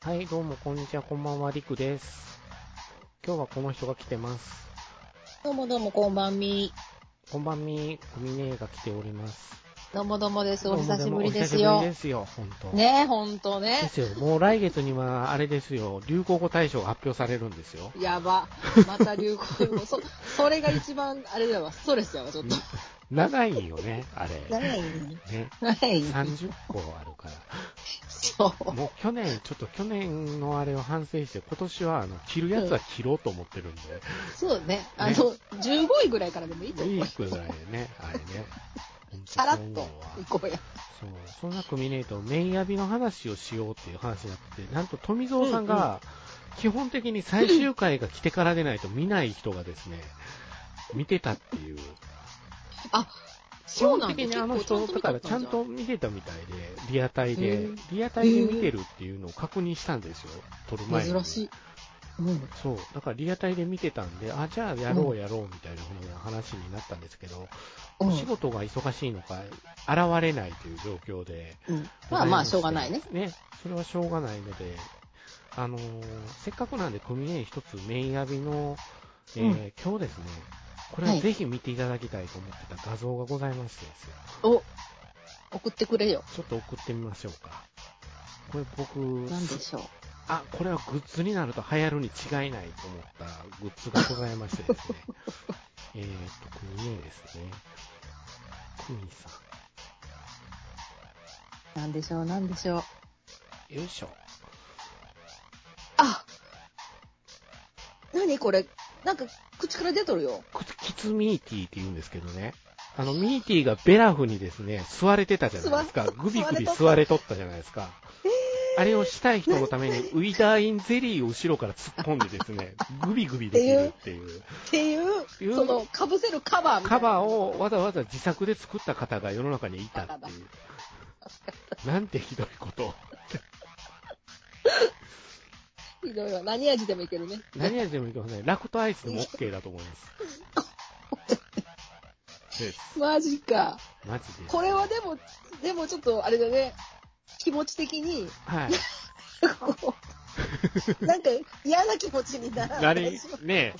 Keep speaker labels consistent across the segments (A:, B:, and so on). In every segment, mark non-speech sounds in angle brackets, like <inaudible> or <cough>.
A: はい、どうも、こんにちは、こんばんは、りくです。今日はこの人が来てます。
B: どうもどうもこんばんみ。
A: こんばんみ、おみねえが来ております。
B: どうもどうもです。お
A: どうも
B: 久
A: どう
B: し
A: も
B: ぶりです
A: お久しぶ
B: よ
A: り。ですよ、ほんと。
B: ねえ、ほんと
A: で
B: ね。
A: すよ、もう来月には、あれですよ、流行語大賞が発表されるんですよ。
B: やば。また流行語。そ、それが一番、あれだわ、ストレスやわ、ちょっと。
A: 長いよね、あれ。
B: ない
A: ね、
B: ない
A: 30個あるから。
B: そう。
A: もう去年、ちょっと去年のあれを反省して、今年は、あの、着るやつは着ろうと思ってるんで、
B: そうね。あの、15位ぐらいからでもいいと
A: い
B: 思。
A: いうくらいね、あれね。ほんと
B: さらっ
A: そう
B: と
A: 思うわ
B: 行こうや。
A: そう、そんな組ねえと、メイヤビの話をしようっていう話になってて、なんと富蔵さんが、基本的に最終回が来てからでないと見ない人がですね、見てたっていう。
B: あ、
A: 基
B: そう
A: 本
B: なん
A: 的
B: だ。
A: にあの人、だからちゃん
B: 結構
A: と見てたみたいで、リアタイ
B: へ
A: で
B: え、
A: リアタイで見てるっていうのを確認したんですよ、撮
B: ちゃんと見
A: る
B: たん
A: 前
B: じゃ
A: に。
B: ん珍しい。うん。
A: そう、だからリアタイで見てたんで、あ、じゃあやろ
B: う
A: うんやろうみたいなふうな話になったんですけど、
B: うん
A: お仕事が忙しいのか、現れないという状況で、
B: うん、まあまあ、しょうがないね。。
A: ね、それはしょうがないので、あのーせっかくなんで、組ね一つメインアビの、えー
B: うん
A: 今日ですね、これははいぜひ見ていただきたいと思ってた画像がございましてですよ、
B: お、送ってくれよ。
A: ちょっと送ってみましょうか。これ僕、
B: なんでしょう。
A: あ、これはグッズになると流行るに違いないと思ったグッズがございましてですね。
B: <laughs>
A: えーと、組ねですね。組さ
B: なんでしょう、なんでしょう。
A: ん。よいしょ。
B: あ何これなんか口から出とるよ。
A: キツミーティーって言うんですけどね。あの、ミーティーがベラフにですね、座れてたじゃないですか。
B: 座
A: グビグビ
B: 座
A: 座れとったじゃないですか。あれをしたい人のために、ウィダーインゼリーを後ろから突っ込んでです <laughs> ね、グビグビできるっていう。
B: っていう、
A: いう
B: その、かぶせるカバーみた
A: カ
B: いな。
A: バーをわざわざ自作で作った方が世の中にいたっていう。なんてひどいことを。
B: ひどいわ。何味でもいけるね。
A: 何味でもいいけどね、ラクトアイスでも OK だと思い <laughs> ます。です
B: マジか。
A: マジで。
B: これはでも、でもちょっと、あれだね。気持ち的
A: <laughs>
B: に、
A: はい。
B: こう、なんか嫌な気持ちにな <laughs> ら
A: な
B: ない
A: り、
B: <laughs>
A: ね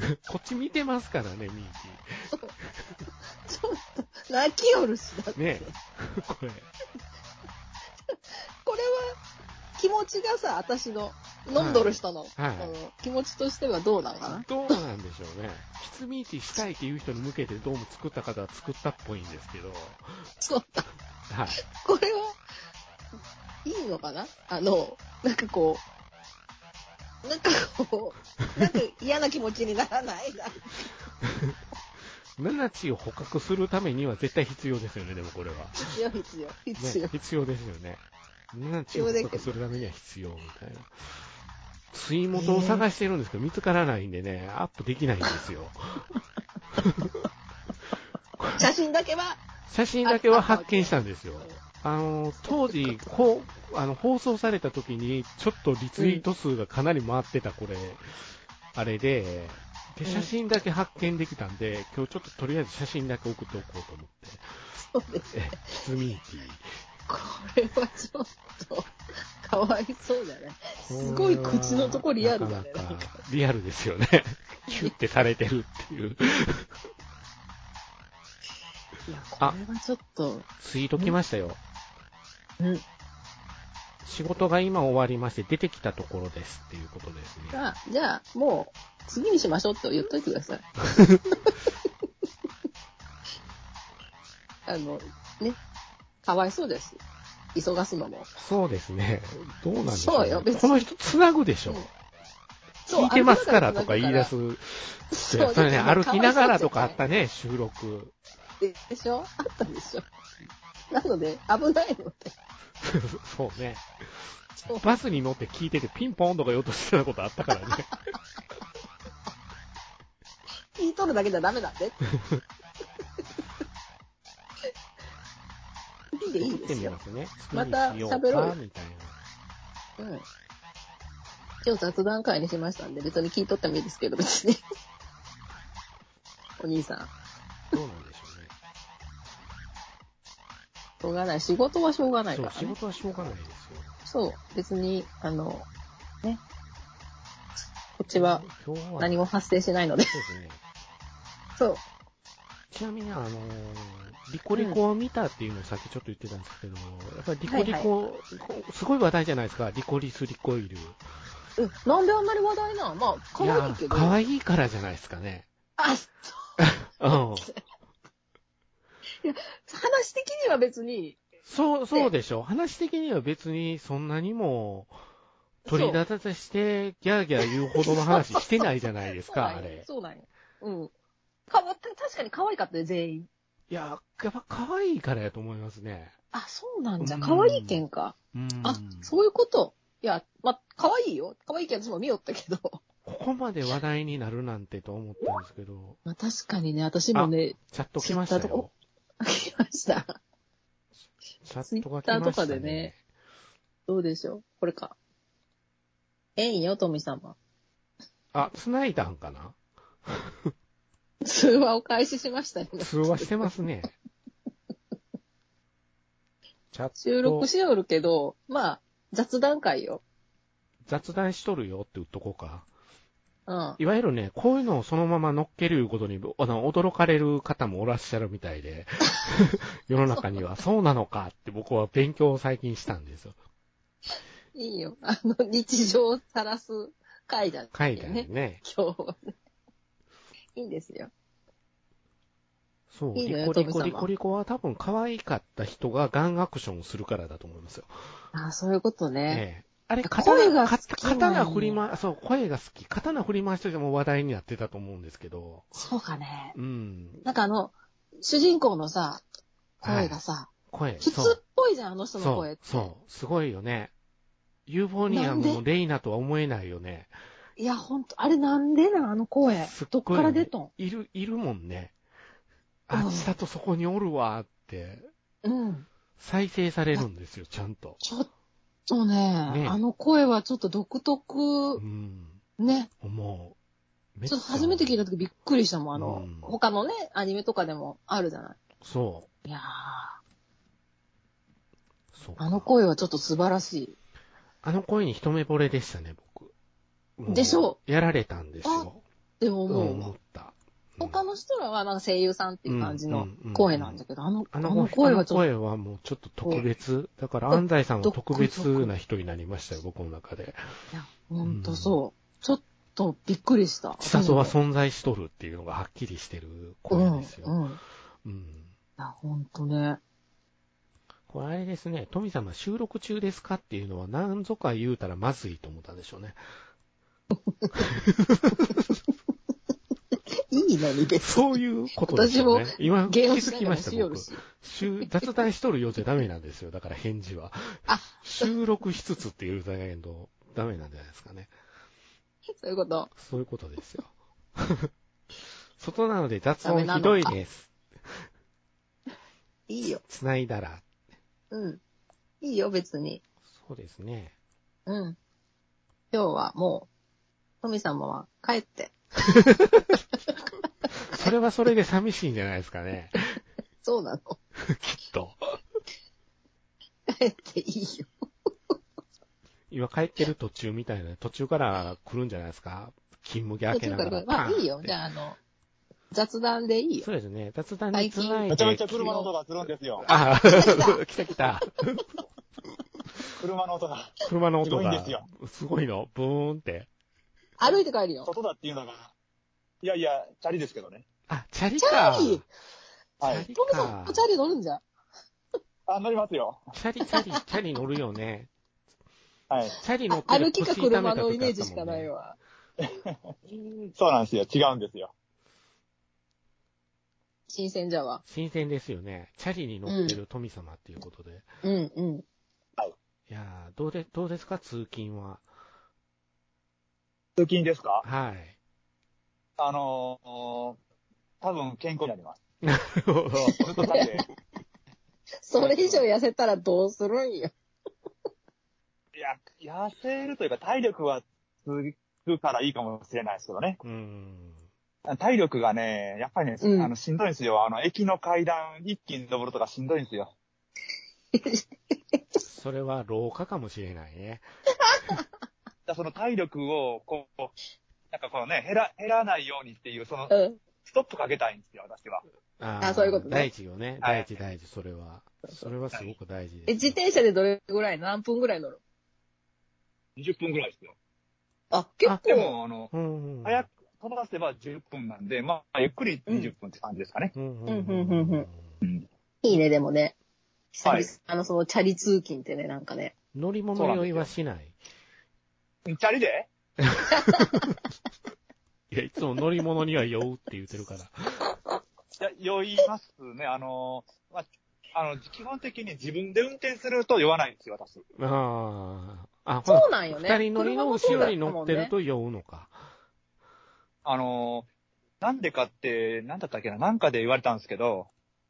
A: え。こっち見てますからね、ミーテ
B: ちょっと、泣きよるしだっ
A: ィー。
B: て。
A: ねえ。 <laughs> こ
B: こ
A: れ。
B: れは、気持ちがさ、私の、飲んどる人の、
A: はい
B: あの気持ちとしてはどうなんかな。
A: どうなんでしょうね。キツミーティーしたいっていう人に向けてどうも作った方は作ったっぽいんですけど。
B: そうだ。
A: はい。
B: これは、いいのかなあの、なんかこう、なんかこう、なんか嫌な気持ちにならないな。
A: ナナチを捕獲するためには絶対必要ですよね、でもこれは。
B: 必要、必要、必要
A: ね、。必要ですよね。ナナチを捕獲するためには必要みたいな。水元を探してるんですけど、見つからないんでね、アップできないんです
B: <laughs>
A: よ。 <laughs>
B: 写真だけは、
A: 写真だけは発見したんですよ。あの、当時、こう、あの、放送された時に、ちょっとリツイート数がかなり回ってた、これ、あれで、で、
B: うん
A: 写真だけ発見できたんで、今日ちょっととりあえず写真だけ送っておこうと思って。
B: そうです
A: え、スミー
B: これはちょっと、かわいそうだね。
A: ティー。
B: すごい口のとこリアルだね
A: な。
B: な
A: かなんか
B: か
A: リアルで
B: <laughs>
A: すよね。キュッてされてるっていう。
B: いや、これはちょっと、
A: ツイート来ましたよ。
B: うん。
A: 仕事が今終わりまして出てきたところですっていうことですね。
B: あじゃあ、もう、次にしましょうって言っといてください。あの、ね、かわいそうです。急がすのも。
A: そうですね。どうなんでしょう、
B: そうよ
A: ね、
B: 別に
A: この人つなぐでしょ、
B: うん
A: 聞いてますからとか言い出す。
B: そ
A: そうれね、
B: だって
A: 歩きながらとかあったね、収録。 <laughs>
B: ででしょあったでしょ <laughs> なので、危ないので。
A: そうね。
B: そう
A: バスに乗って聞いててピンポンとか言おうとしてたことあったからね。
B: <laughs> 聞いとるだけじゃダメなんで。いいでいい
A: 作っ
B: で
A: て
B: す
A: み
B: よ
A: ま。すね。
B: また
A: 作りにしようか
B: 喋ろうよ
A: みたい
B: うん。今日雑談会にしましたんで、別に聞いとってもいいですけど、別に。 <laughs> お兄さん、
A: な。どうなんでしょう
B: <laughs>
A: ね。
B: しょうがない。仕事はしょうがない
A: そ
B: か
A: う、
B: ら、
A: 仕
B: ね。
A: 事はしょうがないですよ。
B: そう、別に、あの、ね。こっちは
A: 今日は
B: 何も発生しないので。
A: そうですね。
B: そう。
A: ちなみに、あのーリコリコを見たっていうのをさっきちょっと言ってたんですけど、やっぱりリコリコ、すごい話題じゃないですか、リコリスリコイル。
B: うん、なんであんなに話題なんまあ、可愛いけど。
A: や、可愛いからじゃないですかね。
B: あ、そう
A: うん。
B: 話的には別に、
A: そう、そうでしょ。話的には別にそんなにも、取り立てして、ギャーギャー言うほどの話してないじゃないです
B: そう
A: か、
B: な
A: あ
B: んよ
A: れ。
B: そうなんよ。うん。かわ確かに可愛かったよ、全員。
A: いや、やっぱ可愛いからやと思いますね。
B: あ、そうなんじゃ。
A: うん
B: 可愛いけんか。
A: うん。
B: あ、そういうこと。いや、ま、可愛いよ。可愛いけん私も見よったけ
A: <laughs>
B: ど。
A: ここまで話題になるなんてと思ったんですけど、
B: まあ、確かにね、私もね、
A: チャット来ました
B: ツイッターと
A: よ
B: か。来ました。
A: チャットが来ました、ね。
B: ツイッターとかでねどうでしょうこれか。えんよ、富様。
A: あ、繋いだんかな
B: 通話を開始しましたね。
A: 通話してますね。 <laughs> チャット
B: 収録しよるけど、まあ、雑談会よ。
A: 雑談しとるよって言っとこうか。
B: うん。
A: いわゆるね、こういうのをそのまま乗っけるいうことに、あの、驚かれる方もおらっしゃるみたいで、 <laughs> 世の中には、そうなのかって僕は勉強を最近したんですよ。
B: いいよ。あの、日常をさらす会だね。
A: 海外にね。
B: 今日はね。いいですよ。
A: そう、
B: いいの
A: リ
B: よ
A: コリコ、
B: トム様
A: リコリコは多分可愛かった人がガンアクションするからだと思いますよ。
B: ああ、そういうことね。
A: ええ。あれ、
B: 声
A: 刀、
B: が
A: か
B: 好きなんや
A: 刀振りま、そう、声が好き。刀振り回してても話題になってたと思うんですけど。
B: そうかね。
A: うん。
B: なんかあの、主人公のさ、
A: は
B: 声
A: い
B: がさ、
A: 声、
B: 普通
A: そう
B: っ。ぽいじゃん、あの人の
A: そ
B: 声っ
A: う
B: て、。
A: そう、すごいよね。ユーフォニアム
B: な
A: の
B: ん
A: レイナとは思えないよね。
B: いや、ほんと、あれなんでなん、あの声
A: すっ。ご
B: ど
A: い
B: っから出とん
A: いる、いるもんね。
B: う
A: あ、
B: ん
A: 千里そこにおるわって、
B: うん。
A: 再生されるんですよ、ちゃんと。
B: ちょっとね
A: ね
B: あの声はちょっと独特
A: う、ん。
B: ね。
A: 思う。め
B: ちょっと初めて聞いた
A: た。
B: 時びっくりしたもん、あの、
A: うん
B: 他のね、アニメとかでもあるじゃない。
A: そ
B: いやー、
A: う。そう。
B: あの。声はちょっと素晴らし
A: あの声に一目惚れでしたね、僕。も
B: でしょ
A: やられたんですよ。
B: い。でも
A: うん
B: 思うわ。
A: 思った。うん
B: 他の人らはなんか声優さんっていう感じの声なんだけど、あの、
A: あ
B: あ
A: の
B: の声
A: 声は
B: はちょっ
A: 声はもうちょっと特別。だから安西さんは特別な人になりましたよ、僕の中で。
B: と、いや、ほんとそう。ちょっとびっくりした。
A: 千里は存在しとるっていうのがはっきりしてる声です
B: うん、
A: よ。
B: うん。い
A: うん。
B: や、ほんとね。
A: これあれですね、富様収録中ですかっていうのは何ぞか言うたらまずいと思ったんでしょうね。
B: いいのに別
A: そういうことですよね。今気
B: ゲーム
A: づきました、
B: しよる
A: 僕。
B: し。
A: 収雑談しとるようじゃダメなんですよ、だから返事は。
B: あ
A: 収録しつつっていうだけど、ダメなんじゃないですかね。
B: そういうこと。
A: そういうことですよ。 <laughs> 外なので雑音ひどいです。
B: いいよ。
A: 繋いだら。
B: うん。いいよ、別に。
A: そうですね。
B: うん。今日はもう、富様は帰って。
A: それはそれで寂しいんじゃないですか
B: <laughs>
A: ね。
B: そうなの。
A: きっと。
B: 帰っていいよ。
A: 今帰ってる途中みたいな、途中から来るんじゃないですか勤務着開
B: 途
A: け
B: 中
A: な
B: か
A: が
B: <laughs> ら
A: ら。
B: まあいいよ。じ
A: あ。
B: ゃあ、あの、雑談でいいよ。
A: そうですね。雑談に繋いで。
C: めちゃめちゃ車の音がするんですよ。
A: ああ、 <laughs> 来た来た。
C: 車の音が。
A: 車の音
C: すごいん
A: が
C: ですよ。
A: すごいの。ブーンって。
B: 歩いて帰るよ。
C: 外だっていうのが。いやいや、チャリですけどね。
A: あ、チャリ
B: チ
A: か。
B: ャリ
C: はい。
A: チ
B: 富
A: ャリ
B: さ
A: か
B: ん、チャリ乗るんじゃん。
C: あ、乗りますよ。
A: チャリ、チャリ、チャリ乗るよね。
C: はい。
A: チャリ乗
B: あ
A: ってる
B: 歩きか
A: 腰痛め
B: 車
A: た時あったも
B: の
A: んね
B: イメージしかない。わ。
C: そうなんですよ。違うんですよ。
B: 新鮮じゃわ。
A: 新鮮ですよね。チャリに乗ってる富様っていうことで。い
B: うんうん。
A: やーどうで、どうですか通勤は。
C: 通勤ですか
A: はい。
C: あのー、多分健康になります。
A: なるほど。
C: ずっと立って。
B: それ以上痩せたらどうする <laughs> んよ。
C: いや、痩せるというか体力は続くからいいかもしれないですけどね。
A: うーん。
C: 体力がね、やっぱりね、
B: うん
C: あの、しんどいんですよ。あの、駅の階段一気に登るとかしんどいんですよ。
A: それは老化かもしれないね。
C: らその体力を、こう、なんかこのね、減ら、減らないようにっていう、その、
B: うん。
C: ストップかけたいんですよ、私は。
A: あ
B: あそういうことね
A: 大事よね。
C: は
A: 大
C: い
A: 事、大事、それは。それはすごく大事です。
B: え、自転車でどれぐらい何分ぐらい乗る
C: 20分ぐらいですよ。
B: あ、結
C: で
B: 構。
C: も、あの、
A: うんうん。
C: 早く飛ばせば10分なんで、まあ、ゆっくり20分って感じですかね。
A: う
B: う
A: んうん
B: ん
A: う
B: うんん
A: う
B: うんん
A: う
B: うんん。いいね、でもね。久々、
C: はい
B: あの、その、チャリ通勤ってね、なんかね。
A: 乗り物酔いはしない。
C: チャリで
A: いや、いつも乗り物には酔うって言ってるから。
C: いや酔いますね。あの、まあ、あの、基本的に自分で運転すると酔わないんですよ、私。
A: <laughs> ああ。あ、ほら
B: <laughs> そうなんよね。
A: 二人乗りの後ろに乗ってると酔うのか。
C: あの、なんでかって、なんだったっけな、なんかで言われたんですけど、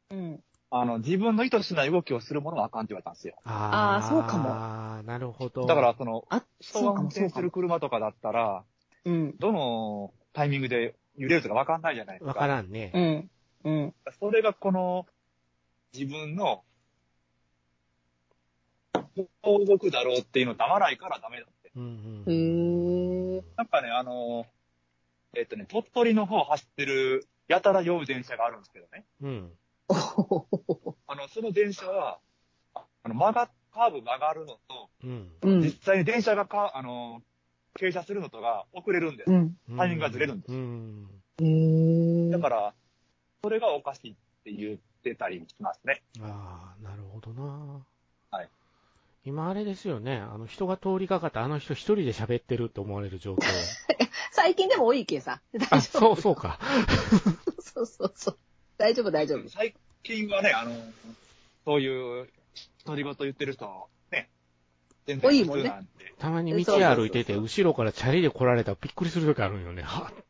B: 車もそうだったもんね。
C: あの、自分の意図しない動きをするものはあかんって言われたんですよ。
A: あ
B: あーそうかも
A: ああ、なるほど。
C: だか、ら、その、
B: うん。あ、
C: 人
B: そ
C: が
B: うか
C: 運
B: も、そ
C: 転
B: う
C: す
B: か
C: る
B: も。
C: 車とかだったら、
B: うん。
C: どのタイミングで揺れるとかわかんないじゃないですか。
A: わからんね
B: う。ん。うん。
C: それがこの、自分の、こう動くだろうっていうのを黙ないからダメだって。
A: うん
B: へー。
C: なんかね、あの、えっとね、鳥取の方走ってる、やたら酔う電車があるんですけどね。
A: うん。うん。
B: おほほほほ
C: あの、その電車は、あの、曲が、カーブ曲がるのと、
A: うん。
B: うん
C: 実。際に電車がか、あの、傾斜するのとが遅れるんです。
B: うん。
C: タイミングがずれるんです
A: うん。
B: へー。
C: だから、それがおかしいって言ってたりしますね。
A: ああ、なるほどな。
C: はい。
A: 今あれですよね。あの人が通りかかって、あの人一人で喋ってるって思われる
C: <laughs>
A: 状況。
B: 最近でも多いけさ。 <laughs>
A: あ、
B: 大丈
A: そう、そうか。
B: 夫。そうそうそう。大丈夫、大丈夫。
C: 最近はね、あの、そういう、独り言言ってる人、ね、全
B: 多
C: 然
B: い
C: 普
B: もん
C: 通
B: ね
C: なんで。
A: たまに道歩いてて、後ろからチャリで来られたらびっくりする時あるんよね。はっ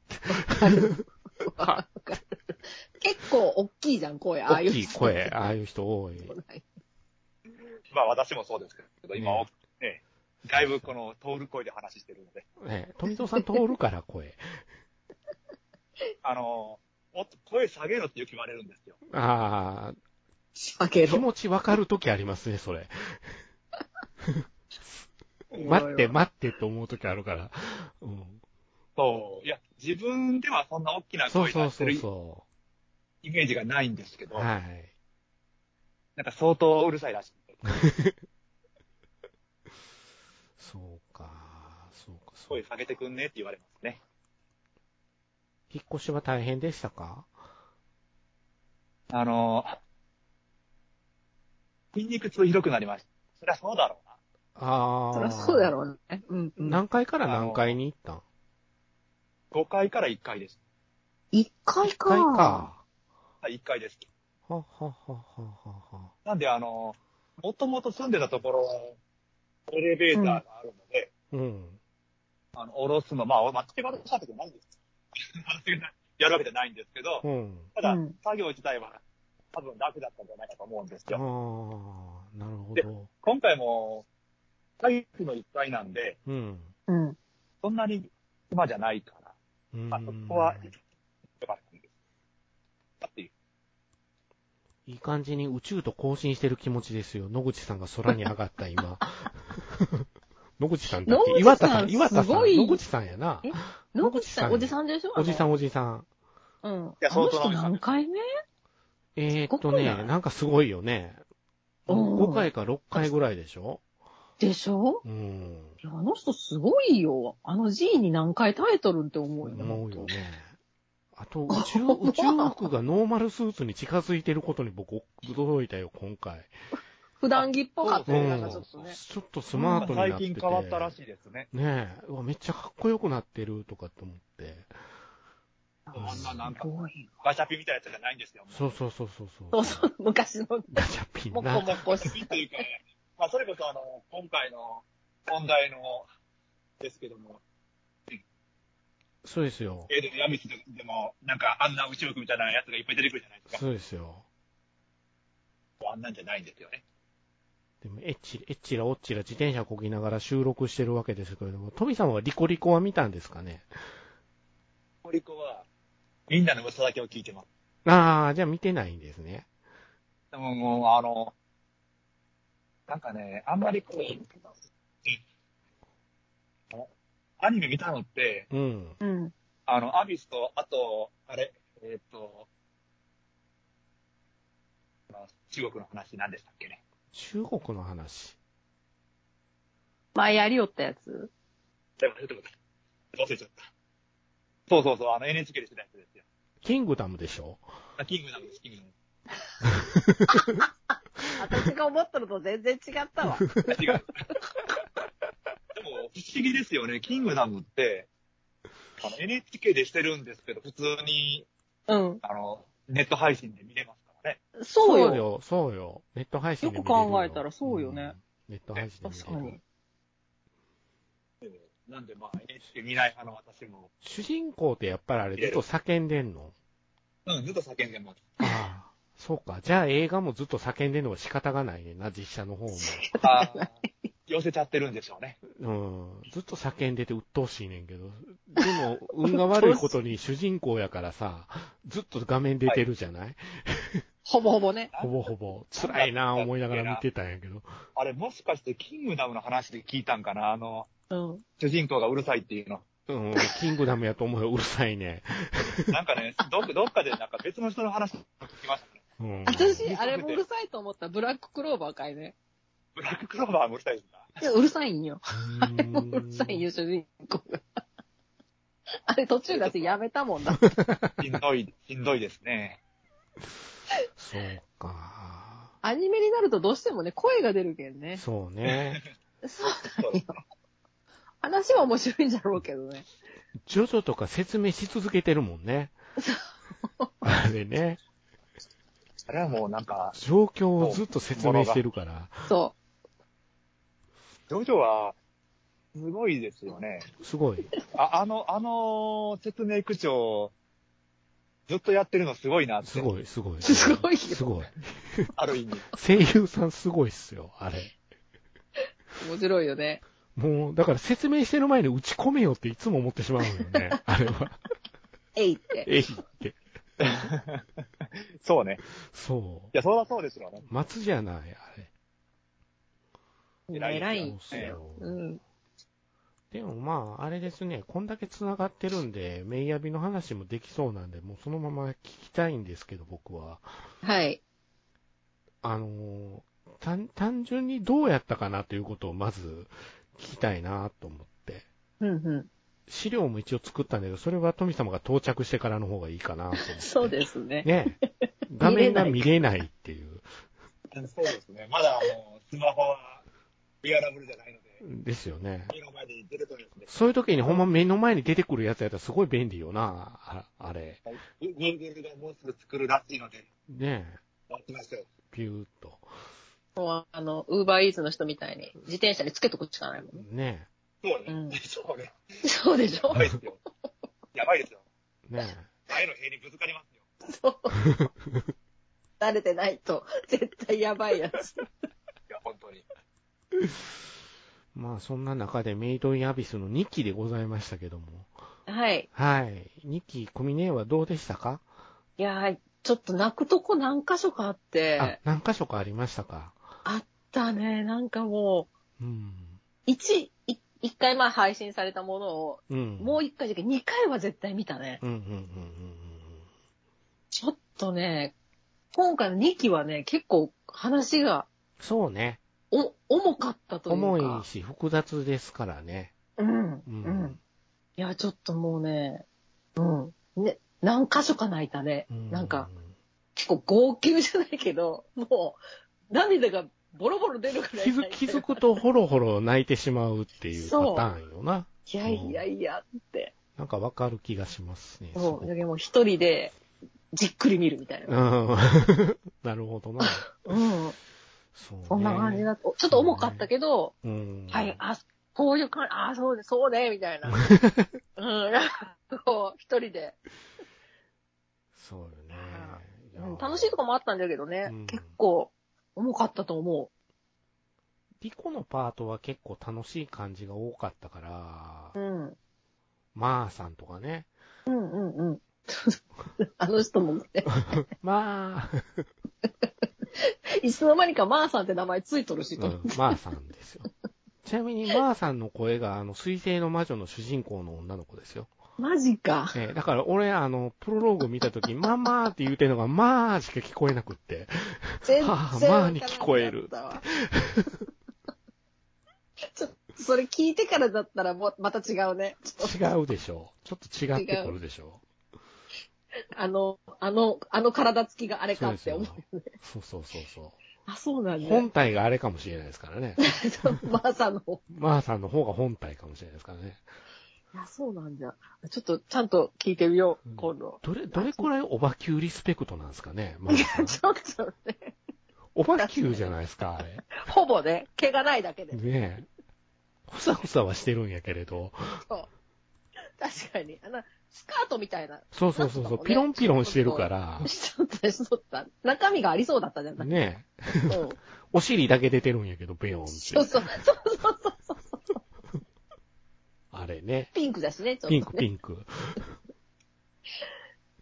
B: わかる結構大きいじゃん、声。ああ
A: 大
B: いう
A: きい声、ああいう人多い。
C: まあ私もそうですけど、今、
A: ね
C: ね、だいぶこの通る声で話してるので、
A: ね、富蔵さん通るから声。
C: あの、もっと声下げろってよく言われるんですよ。
A: あ
B: あけ
A: あ、気
B: ろ。
A: 持ちわかる時ありますね、
B: <laughs>
A: それ。待って、待ってって思う時あるから。うん、
C: そう。いや、自分ではそんな大きな
A: そう
C: 声
A: そう
C: 出し
A: そ
C: て
A: う
C: る
A: そ
C: イメージがないんですけ
A: う。
C: ど、なん
A: はい。
C: か相当うるさいらしい。
A: そうか、そうか、そう
C: 声
A: か。
C: 下げてくんねって言われますね。
A: 引っ越しは大変でしたか
C: あの、筋肉痛ひどくなりました。そりゃそうだろうな。
A: ああ。
B: そりゃそうだろうね。うんうん。
A: 何回から何回に行ったん
C: 5回から1回です。
B: 一回
A: 一回
B: か。
A: か。
C: はい、1回です。
A: はっはっはっはっはっは。
C: なんで、あの、もともと住んでたところは、エレベーターがあるので、
A: うん。
C: あの、下ろすの、まあ、まあ、付け方したわけじゃないんです。やるわけじゃないんですけど、 <laughs>
A: うん。
C: ただ
B: うん、
C: 作業自体は多分楽だったんじゃないかと思うんです
A: ああ
C: よ。、
A: なるほ
C: で
A: ど。
C: 今回も、会議の1回なんで、
A: うん。
B: うん。
C: そんなに暇じゃないから、
A: うん
C: まあ、そこは、よかったんです。だっていう。
A: いい感じに宇宙と交信してる気持ちですよ。野口さんが空に上がった
B: <laughs>
A: 今。野口さんだっけ
B: 野口さん
A: 岩田さん、岩田
B: す
A: さ
B: ご
A: ん。
B: い
A: 野口さんやな。
B: え野口さん、
A: 野
B: お
A: 口
B: じ
A: さ
B: さんでしょ
A: おじさ
B: ん。
A: んおじさん。
B: うん。
C: や
B: あの
C: 相当
B: 人
C: なおじさん
B: 何回目
A: えー、っと
B: すごく
A: ね
B: な、い
A: なんかすごいよね。
B: うん
A: 5回か6回ぐらいでしょ
B: でしょ
A: うん。
B: いや、あの人すごいよ。あの G に何回耐えとるんって思うよ。
A: 思うよね。あと、宇
B: <laughs>
A: 宙、宇宙服がノーマルスーツに近づいてることに僕、驚いたよ、今回。
B: 普段着っぽかった
A: う
B: よ、
A: ん
B: なんかちょっとね。
A: ちょっとスマートになってて。
C: 最近変わったらしいですね。
A: ねえ、うわ、めっちゃかっこよくなってるとかって思って。
C: あんななん
B: す
C: か、
B: ごい。
C: ガチャピンみたいなやつじゃないんですよ。もう
A: そうそうそうそうそ。
B: そううそう、昔のね、
A: ガチャピン
B: もこも
A: な。
B: こし
C: 好きっていうか、まあ、それこそあの、今回の問題の、ですけども、
A: そうですよ。
C: えー、でも、闇市でも、なんか、あんな宇宙服みたいなやつがいっぱい出てくるじゃないですか。
A: そうですよ。
C: あんなんじゃないんですよね。
A: でも、エッチ、エッチらオッチら自転車こぎながら収録してるわけですけれども、トミさんはリコリコは見たんですかね
C: コリコは、みんなの嘘だけを聞いてます。
A: ああ、じゃあ見てないんですね。
C: でも、もう、あの、なんかね、あんまりこう、アニメ見たのって、
A: うん。
B: うん。
C: あの、アビスと、あと、あれ、えーっと、あの中国の話何でしたっけね。
A: 中国の話。
B: 前やりよったやつ
C: でも、ちょっと待って忘れちゃった。そうそうそう、あの NHK でしてたやつですよ。
A: キングダムでしょ
C: あキングダムです、キングダム。
B: 私が思ったのと全然違ったわ。
C: 違う。でも、不思議ですよね。キングダムって、あの NHK でしてるんですけど、普通に、
B: うん。
C: あの、ネット配信で見れますからね。
B: そうよ。
A: よ。そうよ。ネット配信で見れる
B: よく考えたらそうよね。
A: うんネット配信で見れる
B: 確かに。
C: なんで、まあ、NHK 見ない派の私も、
A: 主人公ってやっぱりあれずっと叫んでんの
C: うん、ずっと叫んでます。
A: ああ。そうか。じゃあ映画もずっと叫んでんのは仕方がないねんな、実写の方も。
C: あー寄せちゃってるんでしょうね。
A: うん。ずっと叫んでて鬱陶しいねんけど。でも、運が悪いことに主人公やからさ、ずっと画面出てるじゃない、
B: <laughs> ほぼほぼね。
A: ほぼほぼ。辛いなぁ思いながら見てたんやけど。
C: あれ、もしかして、キングダムの話で聞いたんかなあの、
B: うん。
C: 主人公がうるさいっていうの。
A: うん、キングダムやと思うよ。うるさいね。
C: <laughs> なんかね、どっどっかで、なんか別の人の話聞きましたね。
A: うん。
B: 私、あれもうるさいと思った。ブラッククローバーかいね。
C: ブラッククローバーもうるさいですか
B: いやうるさいんよ。
A: あれ
B: もうるさいんよ、主人公が。 <laughs> あれ途中だしやめたもんだ。
C: しんどい、しんどいですね。
A: そうか。
B: アニメになるとどうしてもね、声が出るけんね。
A: そうね。
B: そう。
C: そうです
B: 話は面白いんじゃろうけどね。
A: ジョジョとか説明し続けてるもんね。あれね。
C: あれはもうなんか、
A: 状況をずっと説明してるから。
B: そ
C: ジョジョは、すごいですよね。
A: すごい。
C: あ、あの、あの、説明口調、ずっとやってるのすごいなって。
A: すごい、すごい。
B: すごいよ
A: すごい。
C: ある意味。
A: 声優さんすごいっすよ、あれ。
B: う。面白いよね。
A: もう、だから説明してる前に打ち込めよっていつも思ってしまうのよね。
B: <laughs>
A: あれは。
B: えいって。
A: えいって。
C: そうね。
A: そ
C: いや、そうだそうですよね
A: う。。松じゃない、あれ。
B: 偉い
A: そうっ。すよ。
B: うん。
A: でもまあ、あれですね、こんだけ繋がってるんで、メイヤビの話もできそうなんで、もうそのまま聞きたいんですけど、僕は。
B: はい。
A: あのー単、単純にどうやったかなということをまず聞きたいなと思って。
B: うんうん。
A: 資料も一応作ったんだけど、それは富様が到着してからの方がいいかなと思っ
B: <laughs>
A: て。
B: そうですね。
A: ね。画面が見れないっていう。
C: そうですね。まだ、あの、スマホは、リアラブルじゃないので、
A: ですよね。
C: 目の前に出るとですね、
A: そういう時にほんま目の前に出てくるやつやったらすごい便利よなああれ。
C: Google がもうすぐ作るらしいので、
A: ねえ。
C: 待ってましたよ。
A: ピューっと。
B: もう、あの、ウーバーイーツの人みたいに、自転車につけとくしかないもんね。
A: ねえ。
C: そう
B: うん
C: ね。 <laughs> そうね。
B: そうでしょ
C: やばいですよ。 <laughs> やばいですよ。
A: ねえ。
C: 前の塀にぶつかりますよ。
B: 慣れてないと、 <laughs> 絶対やばいやつ。
C: いや、本当に。
A: まあそんな中でメイドインアビスの2期でございましたけども。
B: はい。
A: はい。2期、コミネはどうでしたか、
B: いやー、ちょっと泣くとこ何箇所かあって、
A: あ、何箇所かありましたか。
B: あったね。なんかも
A: うん。
B: う、一、い一回まあ配信されたものを、
A: うん。
B: もう一回だけ、二回は絶対見たね。
A: うんうんうんうん
B: ちょっとね、今回の2期はね、結構話が、
A: そうね。
B: お、重かったというか。
A: 重いし、複雑ですからね。
B: うん。う
A: うん
B: ん。いや、ちょっともうね、うん。ね、何箇所か泣いたね。
A: う
B: なんか、、結構号泣じゃないけど、もう、涙がボロボロ出るくらい
A: 気づ気づくとホロホロ泣いてしまうっていうパ
B: そう
A: ターンよな。
B: いやいやいやって。
A: なんかわかる気がしますね。
B: もう、
A: す
B: だけどもう一人で、じっくり見るみたい
A: ごく
B: な。
A: うん。 <laughs> なるほどな。
B: うん。
A: そう、ね。
B: そんな感じだと。ちょっと重かったけど、
A: うん。
B: はい、あ、こういう感じ、あ、そうね、そうね、みた
A: <laughs>
B: いな。うん、なんかこう、一人で。
A: そうよね
B: あ。
A: いや
B: うん楽しいとこもあったんだけどね、
A: うん
B: 結構、重かったと思
A: リコのパートは結構楽しい感じが多かったから、
B: う。うん。うん
A: まーさんと
B: <laughs>
A: かね。
B: うんうん。 <laughs> あの人もね、
A: まあ、
B: いつの間にかマーさんって名前ついとるし
A: う
B: と。
A: ん、マーさんですよ。ちなみに、マーさんの声が、あの、水星の魔女の主人公の女の子ですよ。
B: マジか。
A: えーだから、俺、あの、プロローグ見たとき、ママーって言うてんのが、まーしか聞こえなくって。
B: 全然
A: はあ
B: わから
A: まあに聞こえる
B: なかったわ <laughs> ちょっと、それ聞いてからだったらもう、また違うね。ちょっ
A: 違うでしょちょっと違ってくるでしょ
B: とあの、あの、あの体つきがあれ
A: そ
B: か
A: うで
B: っ
A: す
B: て
A: よ
B: 思う。。
A: そうそうそうそ
B: あ、そうなんだ。
A: う。本体があれかもしれないですからね。
B: <laughs> マーさんの方。
A: マーさんの方が本体かもしれないですからね。
B: あ、そうなんだ。ちょっと、ちゃんと聞いてみよう、今度。 <laughs>
A: どれ、どれくらいオバキューリスペクトなんですかね、マー
B: <laughs>
A: さん。
B: ちょっとね、
A: オバキューじゃないですか、あれ。
B: ほぼね、毛がないだけで。
A: ねえ。ふさふさはしてるんやけれど。
B: そう確かに。あの、スカートみたいな。
A: そうそうそうそ
B: <laughs>
A: う、
B: なんかもね
A: ピロンピロンしてるから。
B: しとった、しとった。中身がありそうだったじゃない。
A: ねえ。
B: うん。
A: お尻だけ出てるんやけど、ビヨンっ
B: そう
A: て。
B: そう、そうそうそうそう。
A: あれね。
B: ピンクだしね、ちょっと、
A: ピ
B: ね。
A: ンクピンク。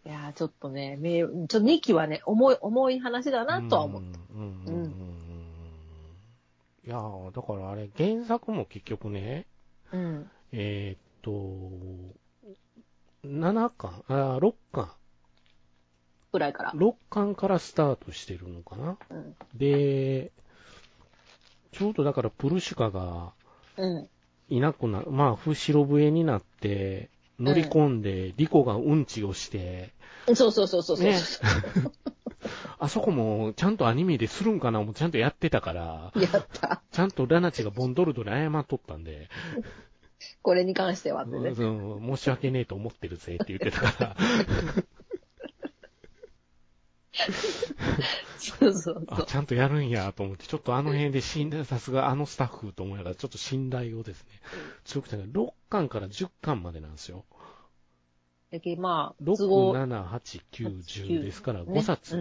B: いやーちょっとね、めちょっと2期はね、重い、重い話だなとは思う。
A: うんうんうんうんいやーだからあれ、原作も結局ね、
B: うん。
A: えーっと、7巻、あー6巻、
B: ぐらいから。
A: 6巻からスタートしてるのかな
B: うん。
A: で、ちょうどだからプルシュカが
B: うん。
A: いなくなる、まあ、後ろ笛になって、乗り込んで、リコがうんちをして、
B: そうそうそうそうそう。
A: ねあそこもちゃんとアニメでするんかなもうちゃんとやってたから、
B: <laughs> やった。
A: ちゃんとラナチがボンドルドに謝っとったんで、
B: これに関してはってね。
A: うんうん申し訳ねえと思ってるぜって言って
B: <laughs>
A: たから、
B: そうそうそ
A: あ
B: う。
A: ちゃんとやるんやと思って、ちょっとあの辺で信頼、さすがあのスタッフと思いながら、ちょっと信頼をですね、強くて、6巻から10巻までなんですよ。
B: だけどまあ、
A: 6、
B: 都合、ね、
A: 7、8、9、10ですから、5冊。
B: う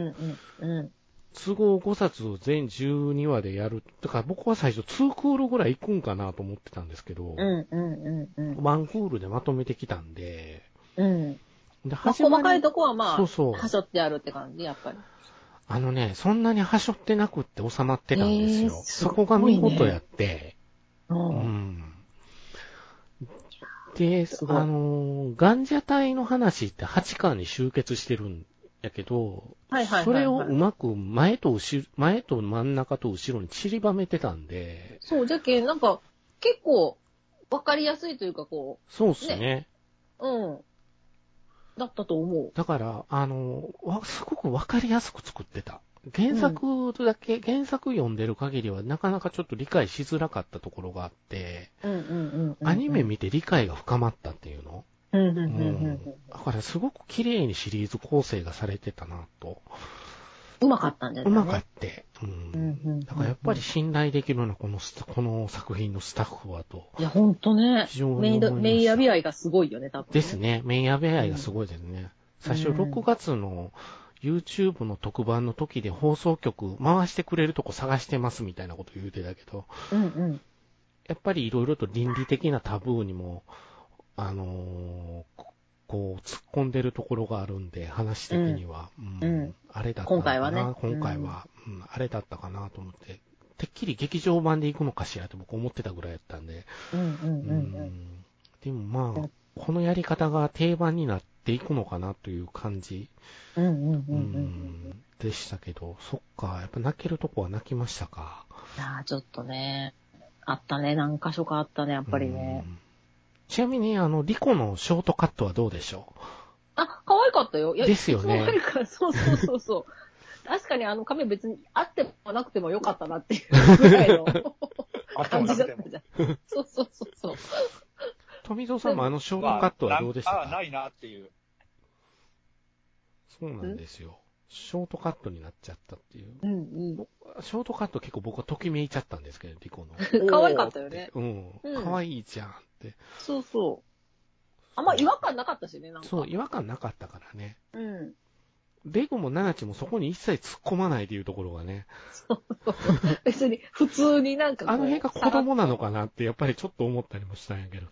B: んうんうん。
A: 都合5冊を全12話でやる。だから僕は最初2クールぐらい行くんかなと思ってたんですけど、
B: うんうんうんうん。
A: ワンクールでまとめてきたんで、
B: うん。
A: で、
B: まあ、細かいとこはまあ、
A: そうそう
B: はしょってあるって感じ、やっぱり。
A: あのね、そんなに端折ってなくって収まってたんですよ。
B: えーす
A: そ
B: ごい
A: こ
B: ね
A: が見事やって。
B: う。
A: うんん。で、
B: す
A: あ
B: ごい
A: のー、ガンジャ隊の話って8巻に集結してるんやけど、
B: はいはいはいはい
A: それをうまく前と後ろ、前と真ん中と後ろに散りばめてたんで、
B: そう、じゃけ、なんか、結構、わかりやすいというか、こ
A: そうっすね。
B: う、うん。だったと思う。
A: だから、あのー、わすごくわかりやすく作ってた。原作だけ、原作読んでる限りはなかなかちょっと理解しづらかったところがあって、
B: うんうんうんうんうん
A: アニメ見て理解が深まったっていうの、
B: うんうんうん
A: う
B: うんん
A: だからすごく綺麗にシリーズ構成がされてたなと。
B: うまかったんじゃな
A: う
B: い
A: まかっ
B: ね
A: て。う。
B: うんんうんうん
A: だからやっぱり信頼できるのはこのスタこの作品のスタッフはと。
B: いや、ほんとね
A: 非常に。思い
B: メイ
A: ました
B: ド、メイヤビ愛がすごいよね、多分、
A: です。ね。メインアベアイがすごいですね。最初
B: うん
A: 6月の YouTube の特番の時で放送局回してくれるとこ探してますみたいなこと言うてたけど、
B: うんうん。
A: やっぱりいろいろと倫理的なタブーにも、あのーここう、突っ込んでるところがあるんで、話的には。うん
B: うん
A: あれだったのかな。
B: 今回はね
A: 今回は、うんあれだったかなと思って。てっきり劇場版で行くのかしらって僕思ってたぐらいやったんで。
B: うんうん
A: う
B: うんうん。
A: んでもま
B: う
A: あ、このやり方が定番になっていくのかなという感じ、
B: うんうんうんう。
A: うんんでしたけど、そっか、やっぱ泣けるとこは泣きましたか。
B: いやーちょっとね、あったね、何箇所かあったね、やっぱりね
A: う。んちなみに、あの、リコのショートカットはどうでしょ
B: あ、可愛かったよ。いや
A: ですよ
B: い
A: ね
B: つも可愛いから、そうそうそうそう。 <laughs> 確かにあの髪別にあってもなくてもよかったなって <laughs> いうぐらいの
C: あ
B: 感じだっ
C: でも
B: たじゃん。そうそうそうそう。
A: う富蔵さんもあのショートカットはどうでした
C: まあなあ、
A: か
C: ないなっていう。
A: そうなんですよ。ショートカットになっちゃったっていう。
B: うんうん。
A: ショートカット結構僕はときめいちゃったんですけど、リコの。
B: 可愛かったよね。
A: う。
B: うんん
A: 可愛いじゃんって。
B: そうそう。あんま違和感なかったしね、なんか。
A: そう、違和感なかったからね。
B: うん。
A: レゴもナナチもそこに一切突っ込まないというところがね、
B: 別に、普通になんかこう
A: あの辺が子供なのかなってやっぱりちょっと思ったりもしたんやけど。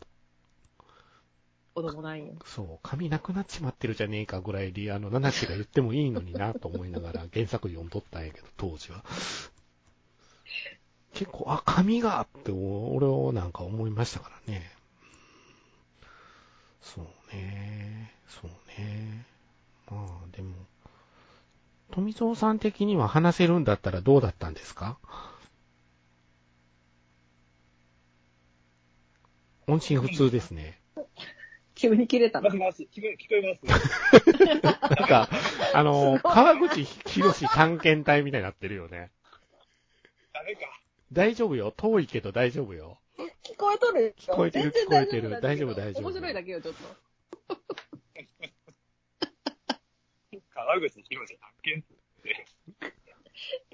B: 子供なんよ。
A: そう、紙なくなっちまってるじゃねえかぐらいで、あの、七瀬が言ってもいいのになと思いながら原作読んどったんやけど、当時は。結構、あ、紙がって、お俺はなんか思いましたからね。そうね、そうね。まあ、でも、富蔵さん的には話せるんだったらどうだったんですか音信不通ですね。
B: 急に切れた
C: も
B: な
C: し。もし、聞こえ聞こえま
A: <laughs>
C: す
A: なんか、あの、川口博士探検隊みたいになってるよね。
C: 誰か。
A: 大丈夫よ。遠いけど大丈夫よ。
B: 聞こえとるよ
A: 聞こえてる
B: 全然
A: 聞こえてる
B: 大丈夫
A: 大丈夫大丈夫
B: 面白いだけよ、ちょっと。
C: 川口博士発見。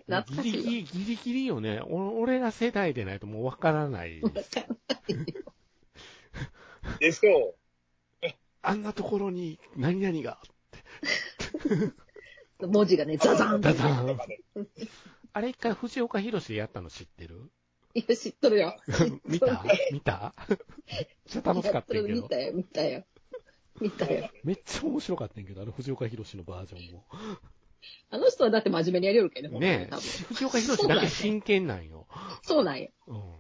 B: 懐かし
A: ギリギ
B: いわ。
A: リ、ギリギリよね。お俺ら世代でないともうわからない。
C: でしょう。
A: あんなところに何々が。
B: 文字がね、ザザンって
A: ザザン
C: とかで
A: あれ一回藤岡博士でやったの知っ
B: <laughs>
A: てる
B: いや、知っとるよ。
A: <laughs> 見た見た <laughs> めっちゃ楽しかったんやけ
B: 見
A: ど。
B: たよ、見たよ。見たよ。
A: めっちゃ面白かったんやけど、あの藤岡博士のバージョンも。
B: あの人はだって真面目にやりよるけどね、本当に
A: ねえ、
B: 多分
A: 藤岡弘だけ真剣なんよ。
B: そうなんや。
A: うん。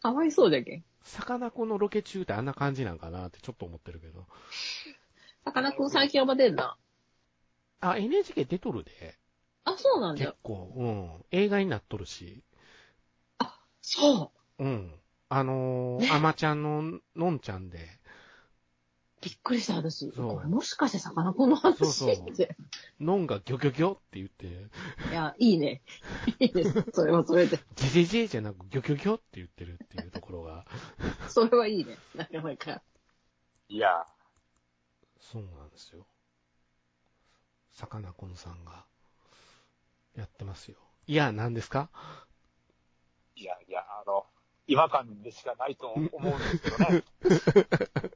B: かわいそうじゃけん。
A: さかなクンのロケ中ってあんな感じなんかなってちょっと思ってるけど。
B: さかなクン最近はまでんな。
A: あ、NHK 出とるで。
B: あ、そうなんだ
A: 結
B: よ。
A: 構、うん。映画になっとるし。
B: そ
A: うん。あのー、あまちゃんの、のんちゃんで。
B: う。びっくりした話。
A: そう
B: これもしかしてさかなクンの話って。
A: そうそうのんがギョギョギョって言って、
B: いや、いいね。 <laughs> いいです。それはそれで。
A: ジェジェジェじゃなくギョギョギョって言ってるっていうところが。 <laughs>
B: それはいいね。なかなか。
C: いや、
A: そうなんですよ。さかなクンさんが、やってますよ。いや、何ですか
C: いや、いや、あの、違和感でしかないと思うんですけどね。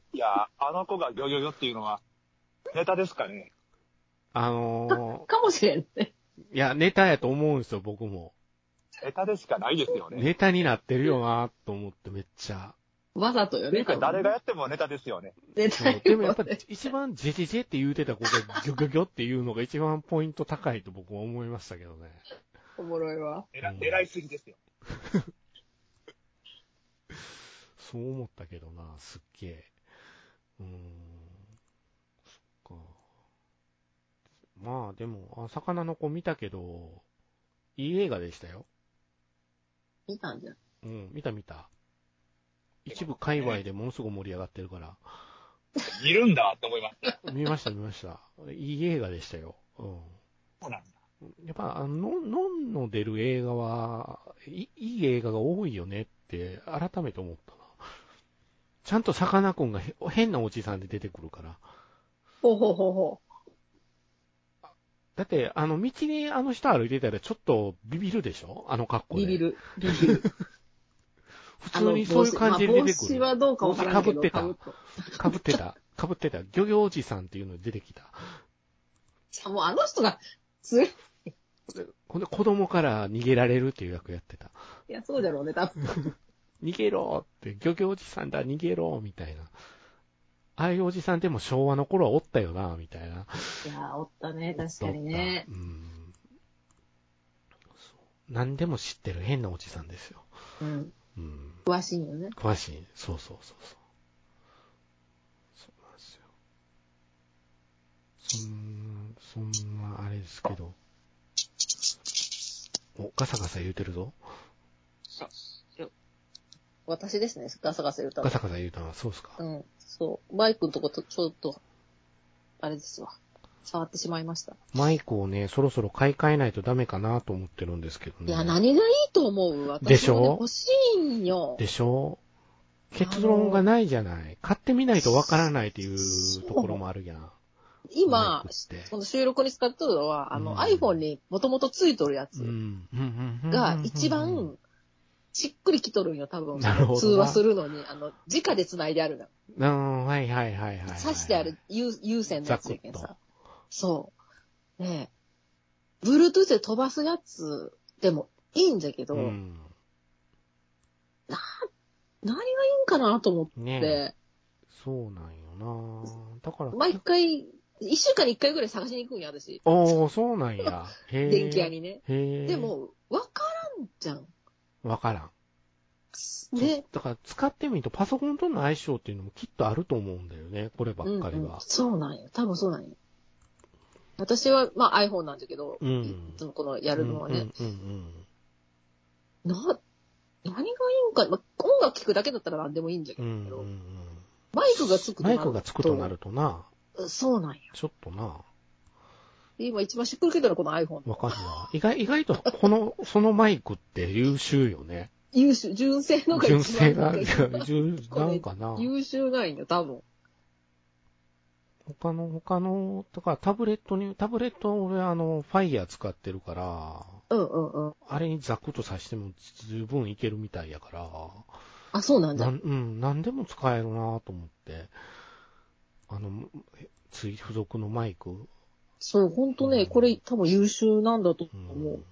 A: <laughs>
C: いや、あの子がギョギョギョっていうのは、ネタですかね。
A: あの
B: かもしれんね。
A: ー、いや、ネタやと思うんですよ、僕も。
C: ネタでしかないですよね。
A: ネタになってるよなと思ってめっちゃ。
B: わざとよ
C: ってい
B: ね。
C: うか、誰が
B: や
C: やってもネタですよね。
B: 絶
A: そう
B: 対。
A: でもやっぱ一番ジェジェジェって言うてた子がギョギョギョっていうのが一番ポイント高いと僕は思いましたけどね。
B: おもろいわ。
C: 狙
A: うん
C: 狙いすぎですよ。
A: そう思ったけどな、すっげえ。うーん。そっか。まあでも、あ、魚の子見たけど、いい映画でしたよ。
B: 見たんじゃん。
A: うん、見た見た。一部界隈でものすごく盛り上がってるから。
C: いるんだと思います。
A: 見ました見ました。いい映画でしたよ。うん。
C: そうなんだ。
A: やっぱ、あの、のんの出る映画は、いいい映画が多いよねって、改めて思ったな。ちゃんとさかなクンがへ変なおじさんで出てくるから。
B: ほうほうほうほ
A: だって、あの、道にあの人歩いてたらちょっとビビるでしょあの格
B: う。
A: 好で。
B: ビビ。る。ビビる。
A: 普通にそういう感じで出てく
B: あの帽子
A: る。
B: まあ帽子はどうかわからんけど。
A: 帽子被ってた
B: 被っと
A: かぶってた。かぶってた。漁業おじさんっていうの出てきた。
B: じゃあもうあの人が、つい
A: ほんで、子供から逃げられるっていう役やってた。
B: や、そうだろうね、多分。
A: 逃げろって、漁業おじさんだ、逃げろみたいな。ああいうおじさんでも昭和の頃はおったよな、みたいな。
B: いやー、おったね、確かにね
A: お。った。うん。そう何でも知ってる変なおじさんですよ。
B: うん。
A: うん。
B: 詳しいよね。
A: 詳しい。そうそうそうそう。そうなんですよ。そん、そんな、あれですけど。お、ガサガサ言うてるぞ。
B: 私ですね、ガサガサ言うた
A: ガ
B: ら。
A: サガサ言うたのは、そうっすか。
B: うん、そう。バイクのとこと、ちょっと、あれですわ。触ってしまいました。
A: マイクをね、そろそろ買い替えないとダメかなと思ってるんですけどね。
B: いや、何がいいと思う私、ね、
A: でしょ
B: 欲しいんよ。
A: でしょ結論がないじゃない。買ってみないとわからないっていうところもあるやん。
B: 今
A: マイク、って
B: この収録に使ってるのは、あの、
A: うん
B: iPhone にもともとついとるやつ
A: ん
B: が一番、しっくりきとるんよ、多分。
A: なるほどな
B: 通話するのに、あの、直で繋いであるの。
A: うん、はいはいはいはい。
B: 挿してある。有有線のやつやけん
A: ザクッ
B: さ。そう。ねえ。Bluetooth で飛ばすやつでもいいんじゃけど、
A: うん。
B: 何がいいんかなと思っ
A: ね
B: て、
A: そうなんよなだから、
B: 毎回、一週間に一回ぐらい探しに行くんや、私。
A: おー、そうな
B: <laughs>
A: んや。へー
B: 電気屋。にね。
A: へー
B: で、も、わからんじゃん。
A: わからん。
B: ね。
A: だから使ってみるとパソコンとの相性っていうのもきっとあると思うんだよね、こればっかり
B: うんうん
A: は。
B: そうなんよ。多分そうなんよ。私は、まあ iPhone なんだけど、
A: うん
B: いつもこのやるのはね、
A: うんうんうん
B: な、何がいいんか、まあ、音楽聴くだけだったら何でもいいんじゃけ
A: う
B: ど、
A: んうんうん
B: マイクがつくと
A: マ
B: な
A: イ
B: ると。
A: クがつくとなるとな、
B: うん。そうなんよ。
A: ちょっとな、
B: 今一番しっくりけたのはこの iPhone。
A: わかるわ。意外、意外とこの、そのマイクって優秀よね。
B: 優秀、純正のが一番
A: 純正が、
B: なんか
A: 純なんかな。
B: <laughs> 優秀なんよ、多分。
A: 他の、他の、だからタブレットに、タブレット俺あの、ファイヤー使ってるから、
B: うんうんうん。
A: あれにザクッと刺しても十分いけるみたいやから、
B: あ、そうなん
A: な
B: だ。
A: んうん、なんでも使えるなと思って、あの、えつい付属のマイク、
B: そう、ほんとね、これ多分優秀なんだと
A: うん
B: 思う。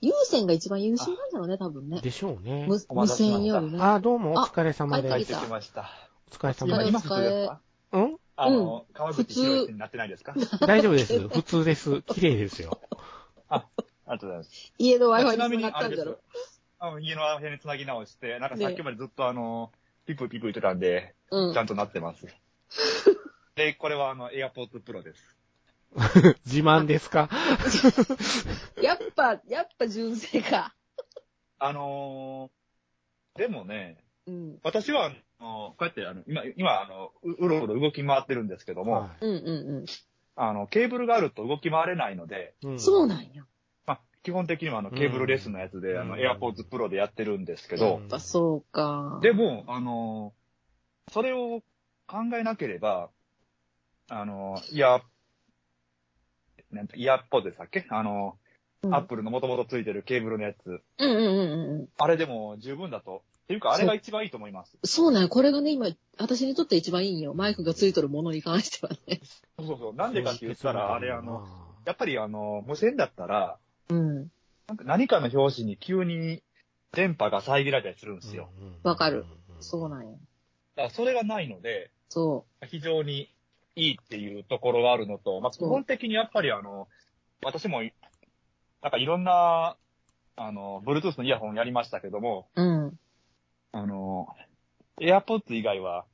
B: 有線が一番優秀なんだろうね、多分ね。
A: でしょうね。
B: 無
C: お
B: 無
C: 待たせしました
B: 線よりね。
A: あ、どうもお
B: あ
A: 疲れ様
B: 帰っ
C: 帰
A: で
B: て
C: っ
A: す。
B: き
C: てきました。
A: お疲れ様
C: 今、
A: で
C: 今
A: す。
C: 普通ですか
A: うん
C: あの、川口博之になってないですか
A: 大丈夫です。普通です。綺麗ですよ。
C: ありがとうございます。
B: 家の
C: あ
B: Wi-Fi
C: ちなみ
B: に繋
C: に、
B: がっ
C: あ
B: た
C: れ
B: ん
C: で
B: だ
C: す
B: ろ。。
C: あの家の辺に繋ぎ直して、なんかさっきまでずっとあの、ピプピプ言ってたんで、
B: うん
C: ちゃ。んとなってます。で、これはあの、AirPods Pro です。
A: 自慢ですか
B: やっぱ、やっぱ純正か。
C: あのー、でもね、
B: うん。
C: 私は、あの、こうやって、あの、今、今、あの、ううろうろ動き回ってるんですけども、
A: は
B: うんうん
C: あの、ケーブルがあると動き回れないので、
A: い
B: うん。そう
A: な
B: なんや。
C: まあ、基本的にはあの、ケーブルレスのやつで、
A: うん
C: あの、AirPods Pro でやってるんですけ
B: や
C: ど
B: っ、ぱそうか。
C: でも、あの、それを考えなければ、あの、いや、なんて、イヤーポッドでしたっけあの、
B: うん、
C: アップルの元々ついてるケーブルのやつ。
B: うんうんうんうん。
C: あれでも十分だと。っていうか、あれが一番いいと思います。
B: そうなんや。これがね、今、私にとって一番いいんよ。マイクがついとるものに関してはね。
C: そうそうそう。なんでかって言ったら、あれあの、、やっぱりあの、無線だったら、
B: うん。
C: なんか何かの表紙に急に電波が遮られたりするんですよ。
A: うんうんうん
B: わかる。そうなんや。
C: だからそれがないので、
B: そ
C: 非常にいいっていうところがあるのと、まあ、基本的にやっぱりあの、私もい、なんかいろんな、あの、Bluetooth のイヤホンやりましたけども、
B: う。うん。
C: あの、AirPods 以外は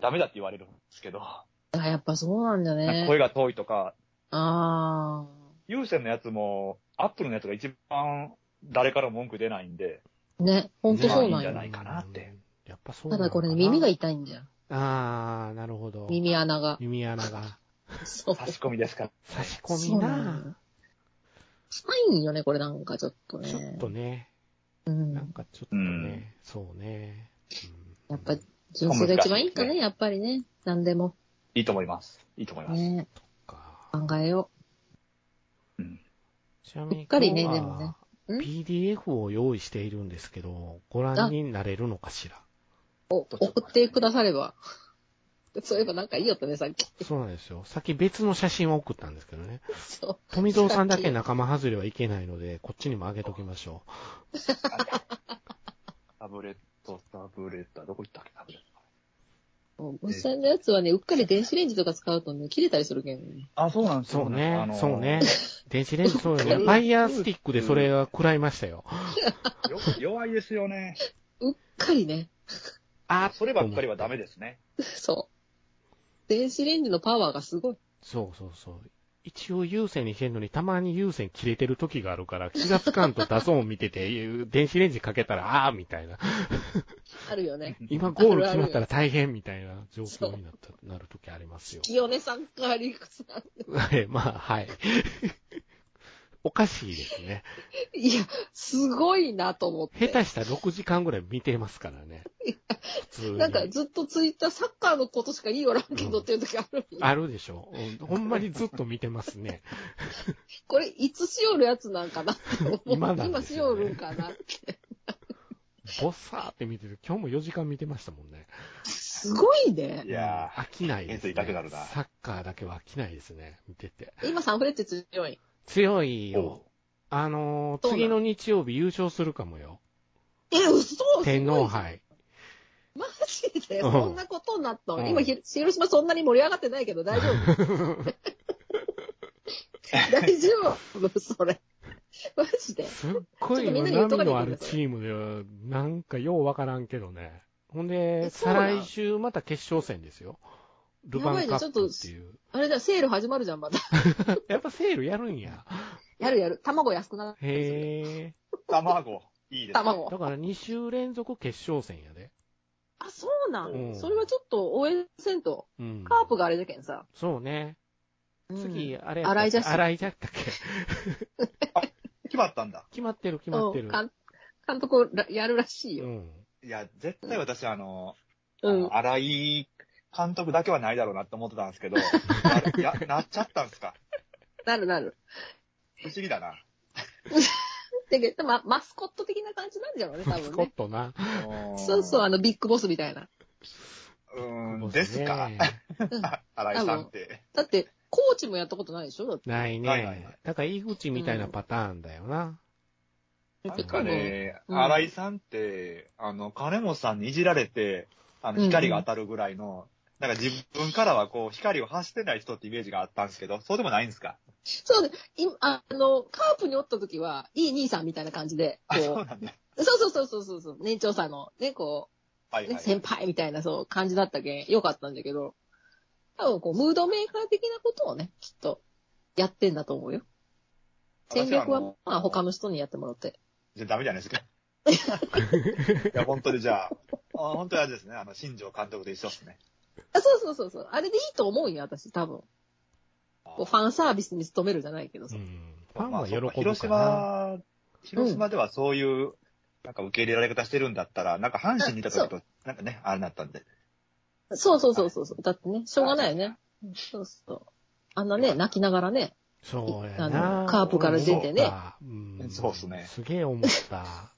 C: ダメだって言われるんですけど、
B: あ、やっぱそうなんだ
C: なんか
B: ね。
C: 声が遠いとか、
B: あ
C: 有線のやつも、Apple のやつが一番誰からも文句出ないんで、
B: あ。ね、ほんとそうなん
C: じ
B: や。
C: ゃないかなって。
A: やっぱそうな
B: た
A: のか
B: だこ
A: な
B: れね、耳が痛いんじゃん。
A: あー、なるほど。
B: 耳穴が。
A: 耳穴が。
B: そう。
C: 差し込みですから。
A: 差し込
B: そ
A: み
B: うな
A: な。
B: んよ。深いんよね、これなんかちょっとね。
A: ちょっとね、
B: うん。
A: なんかちょっとね、そうね。うん
B: やっぱ、純正が一番いいかね、やっぱりね。何でも。
C: いいと思います。いいと思います。
B: ね。
A: か
B: 考えよ
C: うん
A: ちな
B: う
A: みに
B: っかりね
A: 今
B: で
A: 日
B: もね
A: は
B: うん
A: PDF を用意しているんですけど、ご覧になれるのかしら。
B: う。お、送ってくだされば。そういえばなんかいいよったね、さっき。
A: そうなんですよ。さっき別の写真を送ったんですけどね。
B: そ
A: 富蔵さんだけ仲間外れはいけないので、こっちにもあげときましょ
C: タブレット、タブレット、どこ行ったっけタブレッ
B: う。
C: ト。
B: もう無線のやつはね、うっかり電子レンジとか使うとね、切れたりするけん、ね。
C: あ、そうなん
A: う。そうね、そうね。 <laughs> 電子レンジそうよね。
C: う
A: フ
C: ん
A: ァイヤースティックでそれは食らいましたよ。
C: よ弱いですよね。
B: うっかりね。
A: あ
C: そればっかりはダメですね。
B: そう。電子レンジのパワーがすごい。
A: そうそうそう。一応有線にしてんのに、たまに有線切れてる時があるから、気がつかんとダゾーン見てて、電子レンジかけたら、あーみたい <laughs> な。
B: あるよね。
A: 今ゴール決まったら大変みたいな状況になった、なる時あります <laughs> よ。
B: 清音さんか、リクさん。
A: はい、まあ、はい。おかしいですね。
B: いや、すごいなと思って。
A: 下手したら6時間ぐらい見てますから <laughs> ね。普通に。
B: なんかずっとツイッターサッカーのことしかいいよらんけどっていう時あるのに。
A: あるでしょ、うんほんまにずっと見てますね。
B: これいつしよるやつなんかなって思う。
A: 今なんで
B: 今
A: す
B: し
A: よ
B: よ
A: ね
B: るんかなって。
A: ぼっさーって見てる。今日も4時間見てましたもんね。
B: すごいね
C: い。や
A: うん飽きないです、ね。
C: 目つ痛くなるな
A: サッカーだけは飽きないですね。見てて。
B: 今サンフレッチェ強い。
A: 強い
C: おう
A: よ。あのー
B: そうなの
A: 次の日曜日優勝するかもよ。
B: え、嘘
A: 天皇。杯。
B: マジで、
A: うん
B: そんなことになった
A: う
B: の
A: ん
B: 今、ひ広島そんなに盛り上がってないけど、大丈夫
A: <laughs>
B: 大丈夫それ。マジで。
A: すっご
B: ち
A: い
B: ょっとみんなに言っとか
A: 波
B: なき
A: の
B: ゃ
A: あ
B: いけな
A: る
B: い
A: チームでは、なんかようわからんけどね。ほん
B: え
A: で、
B: そう
A: 再
B: なん
A: 来週また決勝戦ですよ。ルヴァンカップっていう。
B: あれじゃセール始まるじゃん、まだ。
A: やっぱセールやるんや。
B: やるやる。卵安くなったりする。
A: へえ。
C: 卵。いいですね。
B: 卵
A: だ。から2週連続決勝戦やで。
B: あ、そうなん、
A: うん
B: それはちょっと応援せんと。
A: うん。
B: カープがあれだけんさ。
A: そうね。次、
B: うん、
A: あれやった
B: 洗
A: っけ
B: いジャッシュ
A: 洗いじゃったっけ
C: 決まったんだ。
A: 決まってる、決まって
B: う
A: る
B: ん。監監督らやるらしいうよ。
A: ん。
C: いや、絶対私、あの、
B: うん。
C: 荒井監督だけはないだろうなって思ってたんですけど、あれやなっちゃったんですか。
B: なるなる。
C: 不思議だな。
B: で、でも、マスコット的な感じなんじゃろうね、多
A: ス
B: 分
A: コッ
B: ね。
A: トな。
B: そうそう、あの、ビッグボスみたいな。
C: うーん、ですか。
A: ね
C: 荒井さんって。
B: だって、コーチもやったことないでしょだって。
A: ない
C: ないないない
A: ね。だから、井口みたいなパターンだよな。
C: な
B: で
C: んかね、
B: うん
C: 荒井さんって、あの、金本さんにいじられて、あの、光が当たるぐらいの、なんか自分からはこう、光を発してない人ってイメージがあったんですけど、そうでもないんですか
B: そうね、今、あの、カープにおった時は、いい兄さんみたいな感じで、
C: あ、そう
A: <laughs>
B: こ
C: なんだ。
B: う、そうそうそうそうそう、年長さんの、ね、こ
C: は
B: う、
C: い
B: ね
C: はい。
B: 先輩みたいな、そう、感じだったけん、よかったんだけど、多分、こう、ムードメーカー的なことをね、きっと、やってんだと思うよ。戦略は、まあ、他
C: の。
B: の人にやってもらって。
C: じゃあダメじゃな
A: <laughs>
C: いですか。いや、本当にじゃあ、あ本当にあれですね、あの、新庄監督と一緒ですね。
B: あそうそうそうそう、あれでいいと思うよ、私、多分。こう、ファンサービスに努めるじゃないけど
A: う
B: さ。
A: ん。フ
C: ま
A: ァ
C: あ
A: ンは喜
C: まあ
A: ぶ
C: 広
A: から。
C: 島、広島ではそういう、なんか受け入れられ方してるんだったら、なんか阪神にいた時と、なんかね、あれなったんで。
B: そうそうそうそうそう。だってね、しょうがないよね。うんそうそう。あんなね、泣きながらね。
A: そうや
B: あの
A: な。
B: カープから出てね
A: うん。
C: そうっすね
A: すげえ思った。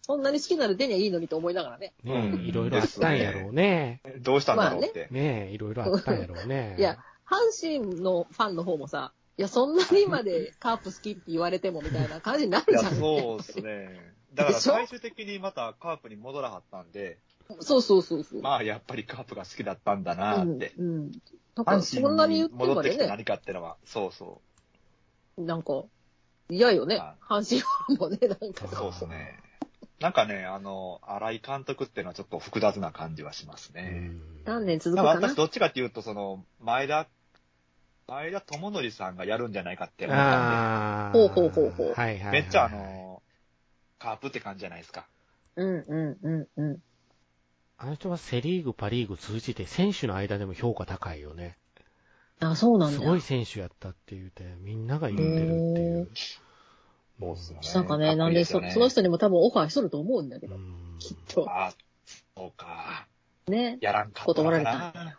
B: そんなに好きなら出にゃいいのにと思いながらね。
A: ね
C: うん
A: いろいろあったんやろうね。
C: どうしたんだろうって。
A: ねえ、いろいろあったんやろうね
B: <laughs> 。いや、阪神のファンの方もさ、いや、そんなにまでカープ好きって言われてもみたいな感じにないる
C: や、
B: じゃん。
C: そうで
B: <laughs>
C: すね。だから
B: でしょ
C: 最終的にまたカープに戻らはったんで、
B: そうそうそうそう。
C: まあやっぱりカープが好きだったんだな
B: う
C: っ
B: ん
C: て。。
B: うん。だから、
C: 阪
B: そんな
C: 神
B: に言っ
C: に
B: て
C: 戻
B: ま
C: って
B: で
C: きて
B: ね、
C: 何かってのは、そうそ
B: なんか、嫌よね
C: は。
B: 阪神ファンもね、なん
C: う。
B: か。
C: そうですね。なんかね、あの、荒井監督っていうのはちょっと複雑な感じはします
A: う
C: ね。
A: ん
B: 何年続く
C: だから
B: かな
C: 私。どっちかっていうと、その、前田、前田智則さんがやるんじゃないかって思ったん
A: ああ。
B: ほうほうほうほう
A: はいはいは
C: で、
A: い。
C: めっちゃあの、カープって感じじゃないですか。
B: うんうんうんうん。
A: あの人はセリーグ、パリーグ通じて選手の間でも評価高いよね。
B: あ、そうなんだ。
A: すごい選手やったって言うて、みんなが言ってるっていう。
C: そうっすよね
B: なんかね、
C: か
B: な
C: っ
B: ん
C: こいいで
B: です
C: よ
B: そ
C: ね
B: その人にも多分オファーしとると思うんだけ
A: う
B: ど、
A: ん
B: きっと。
C: あ、そうか。
B: ね。
C: やらんかった
B: 断ら
C: か
B: れ
C: な
B: た。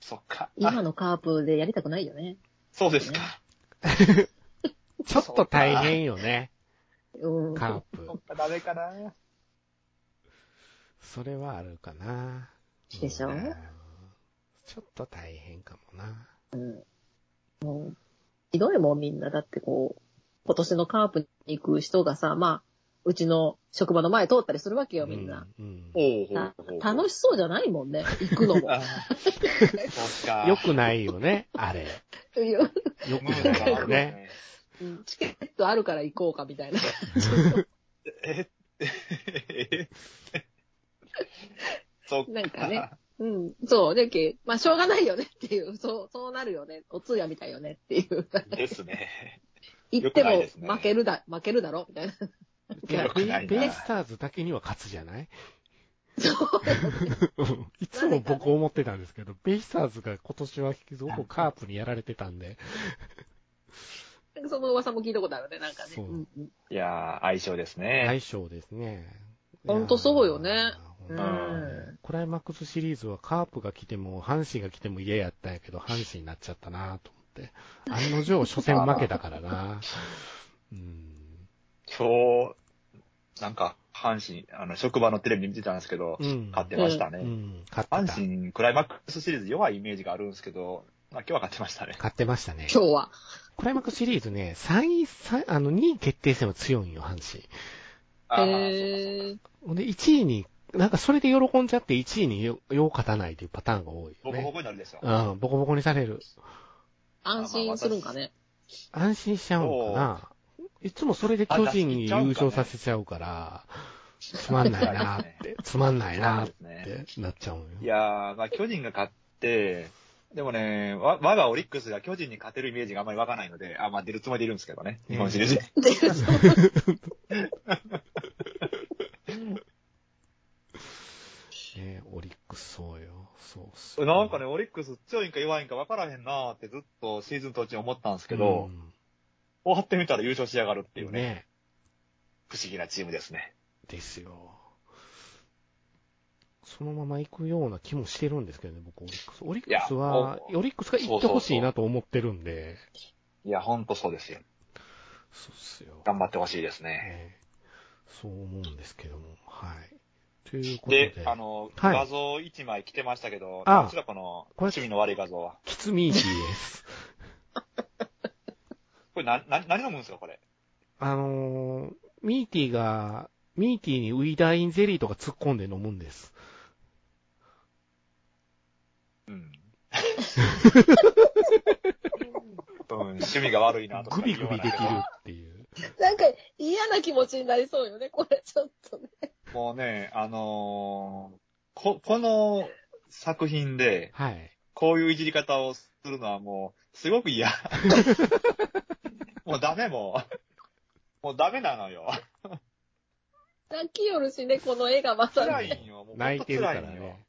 C: そっか。あ
B: 今のカープでやりたくないよね。
C: そうですか。
A: ちょっと大変よね、
B: うん。
A: カープ。
C: か、ダメかな。
A: それはあるかな。
B: でしょ
A: うんちょっと大変かもな。
B: ひどいもんみんな。だってこう、今年のカープに行く人がさ、まあ、うちの職場の前通ったりするわけよ、みんな。
A: うん。うん
C: おうほうほう。
B: 楽しそうじゃないもんね、行くのも。
C: あそっか。
A: よくないよね、あれ。よく
C: ムード
A: ない
C: があ
A: よ
C: る
A: ね。
C: ね。
B: うんチケットあるから行こうか、みたいな。 <laughs>
C: え、え、 <laughs> そっか。
B: なんかね。うん。そう。で、けまあ、しょうがないよねっていう、 <laughs> そう、そうなるよね。お通夜みたいよねっていう。 <laughs>
C: ですね。
B: 行って
C: よくないですね
B: も負けるだ、負けるだろ、みたいな。
A: で
C: <laughs> よくないな
A: ベイスターズだけには勝つじゃない
B: そう。
A: <laughs> いつも僕思ってたんですけど、ベイスターズが今年はすごくカープにやられてたんで、
B: なんか <laughs> その噂も聞いたことあるね、なんかね。
A: そう
B: うんうん
C: いやー、相性ですね。
A: 相性ですね。
B: ほんとそうよね
A: いやー。
B: うん
A: クライマックスシリーズはカープが来ても、阪神が来ても嫌やったんやけど、阪神になっちゃったなと思
C: <laughs>
A: って。案の定、初戦負けたからなうん。
C: 今日、なんか、阪神、あの、職場のテレビ見てたんですけど
A: う、ん。
C: 勝ってました
A: う
C: ね。
A: ん。勝って
C: 阪
A: た。
C: 神、クライマックスシリーズ弱いイメージがあるんですけど、まあ今日は勝ってましたね。
A: 勝ってましたね。
B: 今日は。
A: クライマックスシリーズね、3位、三あの、2位決定戦は強いんよ、阪神。
C: あー
B: へー
A: ほんで、1位になんかそれで喜んじゃって1位によよう勝たないというパターンが多いよ
C: ボコ
A: ね。
C: ボコになるでしょ。
A: うん、ボコボコにされる。
B: 安心するんかね。
A: 安心しちゃうんかな。いつもそれで巨人に優勝させちゃうから、つまんないなーっ
C: <laughs>
A: て、つまんないなーっ
C: そうですね。
A: てなっちゃうのよ。
C: いやー、まあ、巨人が勝って、でもね、わ我がオリックスが巨人に勝てるイメージがあんまり湧かないので、あ、まあ、出るつもりでいるんですけどね。日本シリーズ。
B: で、
A: ねオリックスそうよ。そうそう。
C: なんかね、オリックス強いんか弱いんか分からへんなーってずっとシーズン途中思ったんですけど、終わってみたら優勝しやがるって
A: う
C: い
A: ん、
C: うね、
A: ね
C: 不思議なチームですね。
A: ですよ。そのまま行くような気もしてるんですけどね、僕、オリックス。オリックスは、
C: いや
A: オリックスが行ってほしいなと思ってるんで、
C: いや、ほんとそうですよ。
A: そうっすよ。
C: 頑張ってほしいですね。
A: ねそう思うんですけども、はい。ということで
C: で、、あの、
A: はい
C: 画像1枚来てましたけど、
A: あ
C: どちらこの、
A: これ
C: 趣味の悪い画像は。
A: キツミーティーです。
C: これな、な、何飲むんですか、これ。
A: <laughs> あのー、ミーティーが、ミーティーにウイダインゼリーとか突っ込んで飲むんです。 <laughs>
C: うん。うん、趣味が悪いなとか
A: グビ
C: 言
A: グ
C: わな
A: ビ
C: い
A: で
C: けど
A: きるっていう。
B: なんか嫌な気持ちになりそうよね、これちょっとね。
C: もうね、あのーこ、この作品で、
A: はい。
C: こういういじり方をするのはもう、すごく嫌。もうダメもう。もうダメなのよ。
B: 泣きよるしね、この絵がまた
C: 辛
B: ね。
C: いんよ。もう
A: 泣いてるから
C: ほんと辛いんよ
A: ね。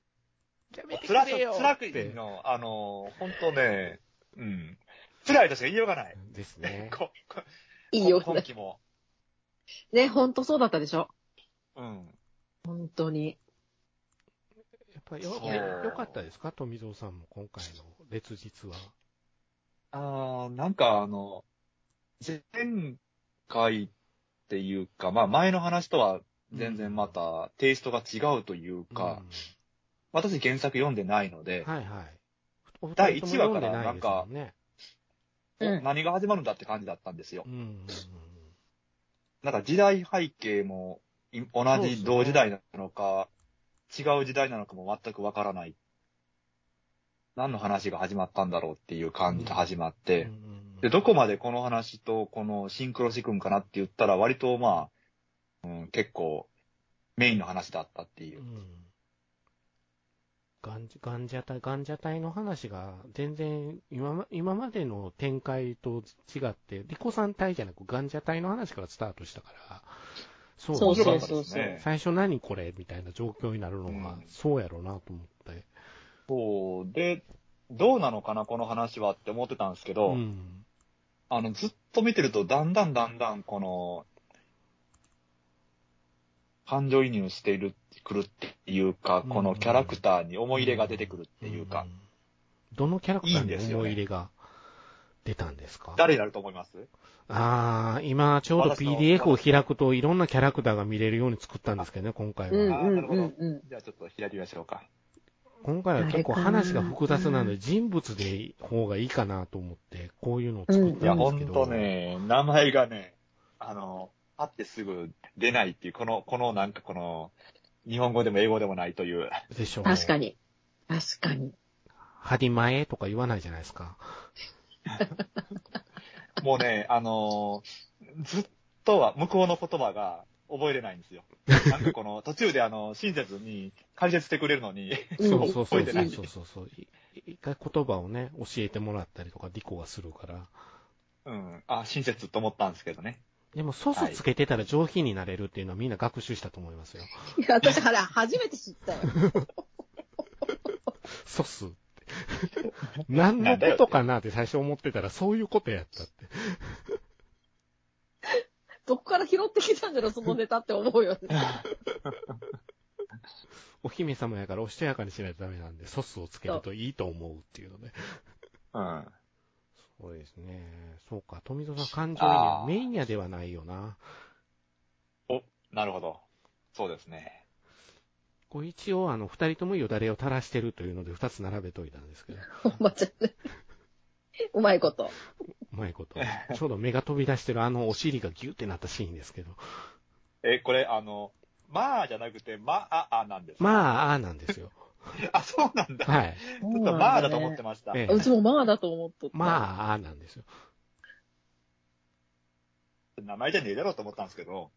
A: やめてく
C: 辛
A: れ
C: さ
A: よ、
C: 辛くいの、あのー、本当ね、うん。辛いとしか言いようがない。
A: ですね。
C: ここ
B: いいよ、こ
C: 今
B: れ。
C: 期も。
B: ね、ほんとそうだったでしょ。
C: うん。
B: 本当に。
A: やっぱりよ
C: そう
A: よかったですか富蔵さんも今回の列日は。
C: あーなんかあの、前回っていうか、まあ前の話とは全然またテイストが違うというか、私原作読んでないの
A: うん
C: で、
A: はいはい。お二
C: 第
A: 人とも
C: 一話
A: 読
C: か
A: で
C: ら
A: いですもね。
B: うん
C: お何が始まるんだって感じだったんですよ
A: う。んうんうん。
C: なんか時代背景もい同
A: そうです
C: じ
A: ね
C: 同時代なのか、違う時代なのかも全くわからない。何の話が始まったんだろうっていう感じで始まって、
A: うんうんうん
C: で、どこまでこの話とこのシンクロしていくんかなって言ったら、割とまあ、うん、結構メインの話だったっていうう。
A: んガンジガンジャタイ、ガンジャタイの話が全然今ま今までの展開と違って、リコさん隊じゃなくガンジャタイの話からスタートしたから、そう
B: そう
C: 面白
B: そ
C: か
B: う
C: った
B: そ
C: で
B: う
C: すね
A: 最初何これみたいな状況になるのが
C: うん、
A: そうやろうなと思って。
C: そう。で、どうなのかな、この話はって思ってたんですけど、
A: うん。
C: あの、ずっと見てると、だんだんだんだんこの、感情移入している、くるっていうか
A: う、ん
C: このキャラクターに思い入れが出てくるっていうか、
A: ん。どのキャラクタ
C: いいんで
A: ー
C: す
A: に
C: よね
A: 思い入れが出たんですか
C: 誰になると思います
A: ああ、今ちょうど
C: 私の
A: PDF を開くといろんなキャラクターが見れるように作ったんですけどね、今回は。
B: うん
C: あ
B: う
C: ー
B: ん
C: なるほ
B: う
C: ど
B: んうん。
C: じゃあちょっと開いてみましょうか。
A: 今回は結構
B: 誰かな
A: 話が複雑なので、人物でいい方がいいかなと思って、こういうのを作っ
C: い
A: た
C: や、
A: ん
C: ほ
A: です
C: ん
A: けど。
C: とね、名前がね、あの、あってすぐ出ないっていう、この、このなんかこの、日本語でも英語でもないという。
A: でしょう。
B: 確か
A: に。
B: に。確かに。
A: はりまえとか言わないじゃないですか。
C: もうね、あの、ずっとは向こうの言葉が覚えれない
A: <laughs>
C: んですよ。なんかこの、途中であの、親切に解説してくれるのに、 <laughs>
B: うん
A: そうそうそう
C: 覚えてない
A: そうそうそう。い一回言葉をね、教えてもらったりとか、リコがするから。
C: うん、あ、親切と思ったんですけどね。
A: でも、ソスつけてたら上品になれるっていうのはみんな学習したと思いますよ。
B: いや、私、あれ、初めて知ったよ。 <laughs>
A: ソスって。
C: <laughs>
A: 何のことかなって最初思ってたら、そういうことやったって。
B: どこから拾ってきたんだろう、そのネタって思うよね。
A: お姫様やからおしとやかにしないとダメなんで、ソスをつけるといいと思うっていうのね。
C: うん。
A: そうですね。そうか、富蔵さん、感情移
C: あー
A: 入、メインやではないよな。
C: お、なるほど。そうですね。
A: こう一応、あの、二人ともよだれを垂らしてるというので、二つ並べといたんですけど、
B: ほんまちゃん <laughs> ね。うまいこと。
A: うまいこと。ちょうど目が飛び出してるあのお尻がギュってなったシーンですけど、
C: え、これ、あの、まあじゃなくて、まああなんです。あ。
A: まあ、あーなんですよ。
C: <laughs> あ、そうなんだ。
A: はい。
C: ちょっとまあだと思ってました。
A: え
B: うちもまあだと思っとった。あ。
A: まあ、あーなんですよ。
C: 名前じゃねえだろうと思ったんですけど、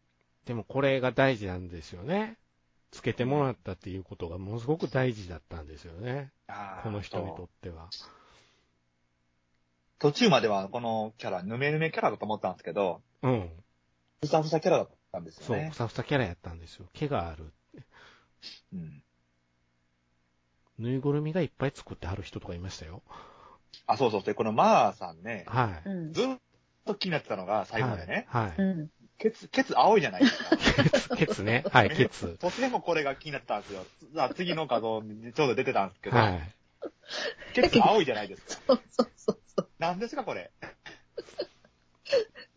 A: でもこれが大事なんですよね。つけてもらったっていうことがものすごく大事だったんですよね。
C: あー
A: この人に
C: そ
A: と
C: う
A: っては。
C: 途中まではこのキャラ、ぬめぬめキャラだと思ったんですけど、
A: うん。
C: ふさふさキャラだったんです
A: そ
C: よ
A: う、
C: ね
A: ふ。さふさキャラやったんですよ。毛がある。
C: うん。
A: ぬいぐるみがいっぱい作ってある人とかいましたよ。
C: あ、そうそう。で、このまあさんね、
A: は
B: う
A: い。
B: ん。
C: ずっと気になってたのが最後までね、
A: は
B: う
A: い。はい
B: ん。
C: ケツ、ケツ青いじゃないですか。
A: ケツ、ケツね。はい、 <laughs> ケツ。
C: とてもこれが気になってたんですよ。つあ次の画像にちょうど出てたんですけど、
A: はい。
C: ケツ青いじゃないです
B: そ
C: か。
B: うそうそうそう。
C: 何ですかこれ。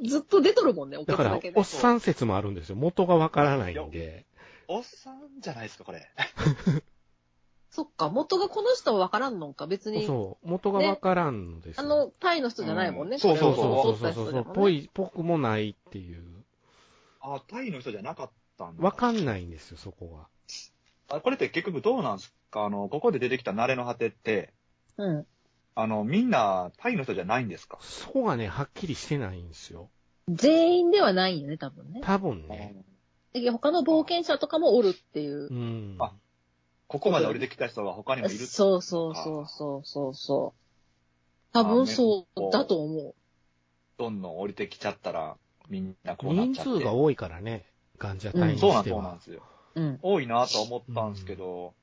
B: ずっと出とるもんね、お
A: だ
B: か
A: か
B: げ
A: ら
B: だけ、
A: お
B: で
A: っ。さん説もあるんですよ。元がわからないんで。
C: おっさんじゃないですかこれ。
B: そっか、元がこの人は分からんのか、別に。
A: そう、元がわからんのです
B: あ
A: よ。
B: の、タイの人じゃないもんね。
C: うんそう
A: そう
B: これを
A: そう
B: 撮
A: そ
B: った
A: うそ
B: 人
A: うそ
B: だ
A: う
B: もんね
A: ぽい、ぽくもないっていう。
C: あ、タイの人じゃなかったんだ。
A: わかんないんですよ、そこは。
C: あこれって結局どうなんですかあの、ここで出てきた慣れの果てって、
B: うん。
C: あの、みんなタイの人じゃないんですか
A: そこがね、はっきりしてないんですよ。
B: 全員ではないよね、多分ね。
A: 多分ね。
B: で他の冒険者とかもおるっていう
A: う。ん。
C: あここまで降りてきた人が他にもいる。
B: そうそうそうそうそうそう。多分そうだと思う。
C: どんどん降りてきちゃったら、みんなこうなっ
A: 人
C: ちゃって。
A: 数が多いからね、ガンジャ隊に
C: そうなん
A: して
C: そうなん
A: は
C: で。すよ。
B: うん。
C: 多いなとは思ったんですけど、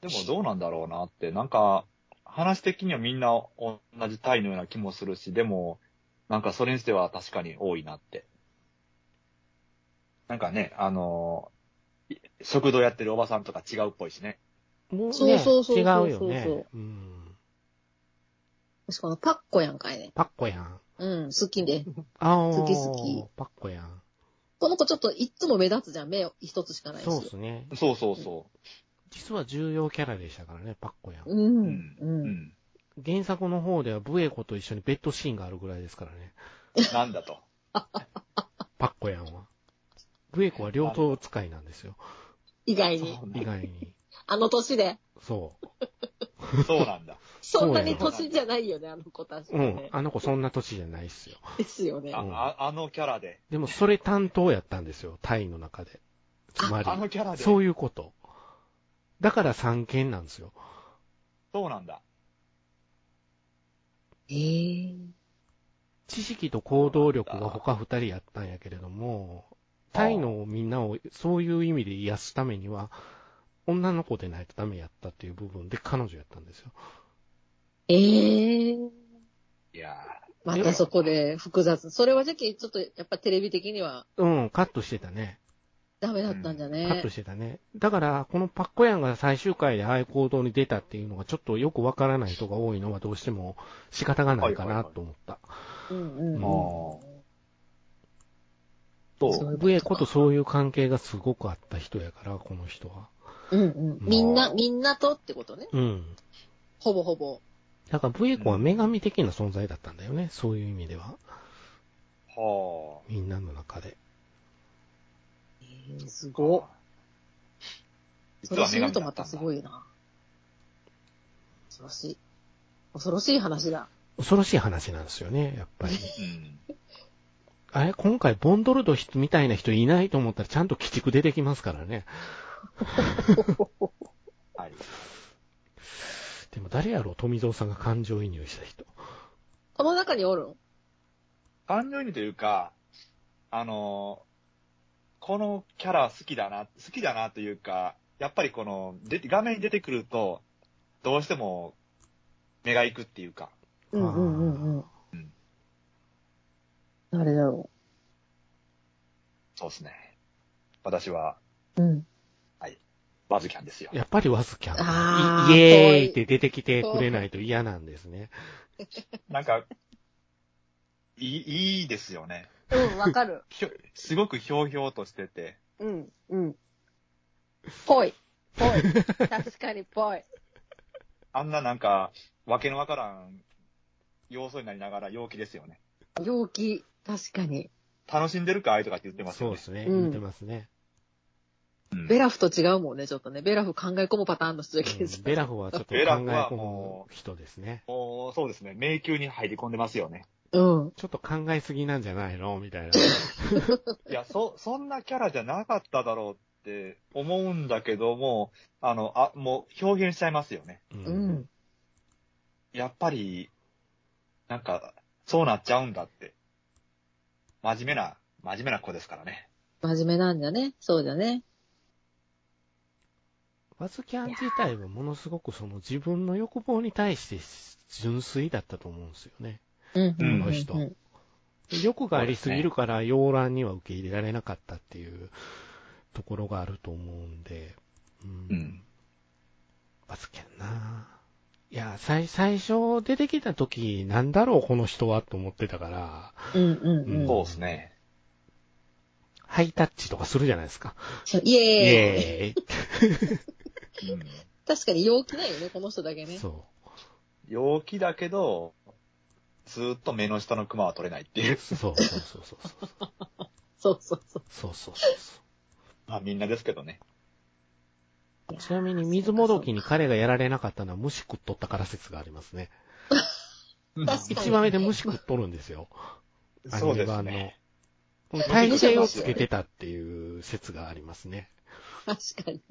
C: でもどうなんだろうなって、なんか、話的にはみんな同じタイのような気もするし、でも、なんかそれにしては確かに多いなって。なんかね、あのーい食堂やってるおばさんとか違うっぽいしね。
A: もう
B: そう
A: ね、
B: そうそうそう
A: 違うよ
B: そう
A: ね
B: そ。
A: うん。
B: 私このパッコやんかいね。
A: パッコやん。
B: うん、好き
C: <laughs>
B: で。
A: ああ、
B: 好き好き
A: パッコやん。
B: この子ちょっといっつも目立つじゃん。目一つしかないし。
A: そうですね。
C: そうそうそ
A: 実は重要キャラでしたからね、パッコやん。
B: う
C: う。
B: ん。う。
C: うんん。
A: 原作の方ではブエコと一緒にベッドシーンがあるぐらいですからね、
C: なんだと。
A: パッコやんは。ブエコは両刀使いなんですよ、
B: 意外に。
C: そう
A: 意外に。
B: あの年で。
A: そう。
C: そうなんだ。
B: そんなに年じゃないよね、あの子たち
A: うん
B: ね。。
A: あの子そんな年じゃないっすよ。
B: ですよね。
C: あ、ああのキャラで。
A: でもそれ担当やったんですよ、タイの中で。つまり
C: あ、のキャラで。
A: そういうこと。だから三件なんですよ。
C: そうなんだ。
B: ええ。
A: 知識と行動力が他二人やったんやけれども、タイのみんなをそういう意味で癒すためには、女の子でないとダメやったっていう部分で彼女やったんですよ。
B: ええ。
C: いや
B: またそこで複雑。それはじゃけ、ちょっとやっぱテレビ的には
A: うん、カットしてたね。
B: ダメだったんじゃ
A: カッ
B: ね
A: ト。してたね。だから、このパッコヤンが最終回でああいう行動に出たっていうのがちょっとよくわからない人が多いのはどうしても仕方がないかなと思った。
B: うんうん
C: ー、
B: うん。
C: もう、そ
B: そう
C: う。
B: いう
A: ブエコとそういう関係がすごくあった人やから、この人は。
B: うんうん。みんな、みんなとってことね。
A: うん。
B: ほぼほぼ。
A: だからブエコは女神的な存在だったんだよね。そういう意味では。
C: は
A: みんなの中で。
B: す
C: あ。
B: ごっ。そ
C: 実
B: れ
C: は
B: 死
C: 女
B: ぬ
C: 神
B: と
C: だ
B: ま
C: ったたん
B: す
C: だ。
B: ごいな。恐ろしい。恐ろしい話だ。
A: 恐ろしい話なんですよね、やっぱり。
C: うん。
A: あれ今回、ボンドルドみたいな人いないと思ったら、ちゃんと鬼畜出てきますからね。
C: はい。
A: でも誰やろう、富蔵さんが感情移入した人。
B: この中におるの
C: 感情移入というか、あのーこのキャラ好きだな、好きだなというか、やっぱりこの、出て画面に出てくると、どうしても、目が行くっていうか、
B: うんうんうんうん。誰だろ
C: そうですね。私は、
B: う。うん。
C: バズキャンですよ。
A: やっぱりワスキャン
B: あー
A: だね。イエーイって出てきてくれないと嫌なんですね。
C: なんか、いい、いいですよね。
B: うん、わかる。
C: ひょすごくひょうひょうとしてて、
B: うん、うん。ぽい。ぽい。確かにぽい。
C: あんななんか、わけのわからん、要素になりながら陽気ですよね。
B: 陽気。確かに。
C: 楽しんでるかいとかって言ってますよ
A: そう
C: ね。
A: ですね。
B: うん
A: 言ってますね。
C: う
B: ベラフと違うもんね、ちょっとね。ベラフ考え込むパターンの人じゃけ
A: う
B: ど
A: んベラフ <laughs> はちょっと考え
C: ベラフは
A: 込む
C: も
A: 人ですね。
C: もう、そうですね。迷宮に入り込んでますよね。
B: うん。
A: ちょっと考えすぎなんじゃないのみたいな。
C: いや、そ、 <laughs> そんなキャラじゃなかっただろうって思うんだけども、あの、あ、もう表現しちゃいますよね。
A: うん
B: うん。
C: やっぱり、なんか、そうなっちゃうんだって。真面目な、真面目な子ですからね。
B: 真面目なんだね。そうだね。
A: バズキャン自体はものすごくその自分の欲望に対して純粋だったと思うんですよね。
B: うん。
C: うん
B: うん
C: こ
A: の人
B: うん
A: 欲がありすぎるから洋乱には受け入れられなかったっていうところがあると思うんで。うん。バズキャンなぁいや、最、最初出てきた時、なんだろうこの人はと思ってたから、
B: うんうんうん。
C: そうですね。
A: ハイタッチとかするじゃないですか。
B: そうイ
A: イ
B: エーイ
A: エーイ
B: 確かに陽気ないよね、この人だけね。
A: そ
C: 陽気だけど、ずーっと目の下のクマは取れないっていう
A: う。。そうそうそうそうそう。
B: そうそうそう。
A: そうそうそうそ
C: まあみんなですけどね。
A: う。ちなみに水もどきに彼がやられなかったのは虫食っとったから説がありますね。
B: 確かに
A: 一番目で虫食っとるんですよ。ア
C: そう
A: ニメ
C: です
A: 版の
C: ね。。
A: この体勢をつけてたっていう説がありますね。
B: 確かに。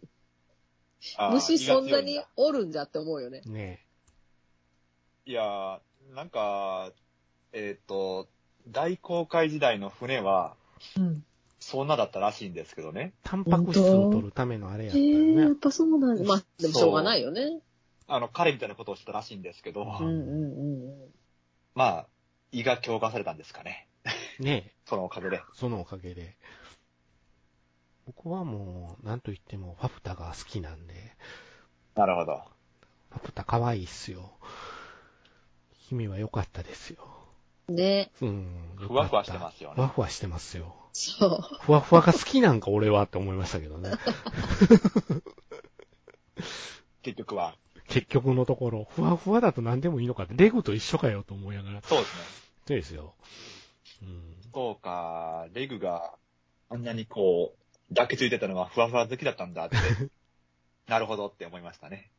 C: あー
B: 虫そんな。
C: 胃
B: に
C: が強いだ
B: おるんじゃって思うよね。
A: ね
C: いやー、なんか、えっ、と、大航海時代の船は、
B: うん。
C: そんなだったらしいんですけどね。
A: タンパク質を取るためのあれやった
B: へ
A: よ
B: え、やっ
A: ね。
B: ぱそうなんだ。まあ、でもしょうがないよね。
C: あの、彼みたいなことをしたらしいんですけど、
A: あ
B: う
A: そうん
B: うんうんうん。
C: まあ、胃が強化されたんですかね。
A: ね
C: そのおかげで。
A: そのおかげで。僕はもう、なんと言っても、ファプタが好きなんで、
C: なるほど。
A: ファプタ可愛いっすよ。君は良かったですよ。
B: ね。
A: うん。。
C: ふわふわしてますすよ
A: ふわ
C: ね。
A: ふわしてますよ。
B: そう。
A: ふわふわが好きなんか俺はって思いましたけどね。
C: 結局は。
A: 結局のところ、ふわふわだと何でもいいのかって、レグと一緒かよと思いながら。
C: そうですね。
A: そうですよ。うん。
C: そうか、レグがあんなにこう、抱きついてたのはふわふわ好きだったんだって、なるほどって思いましたね。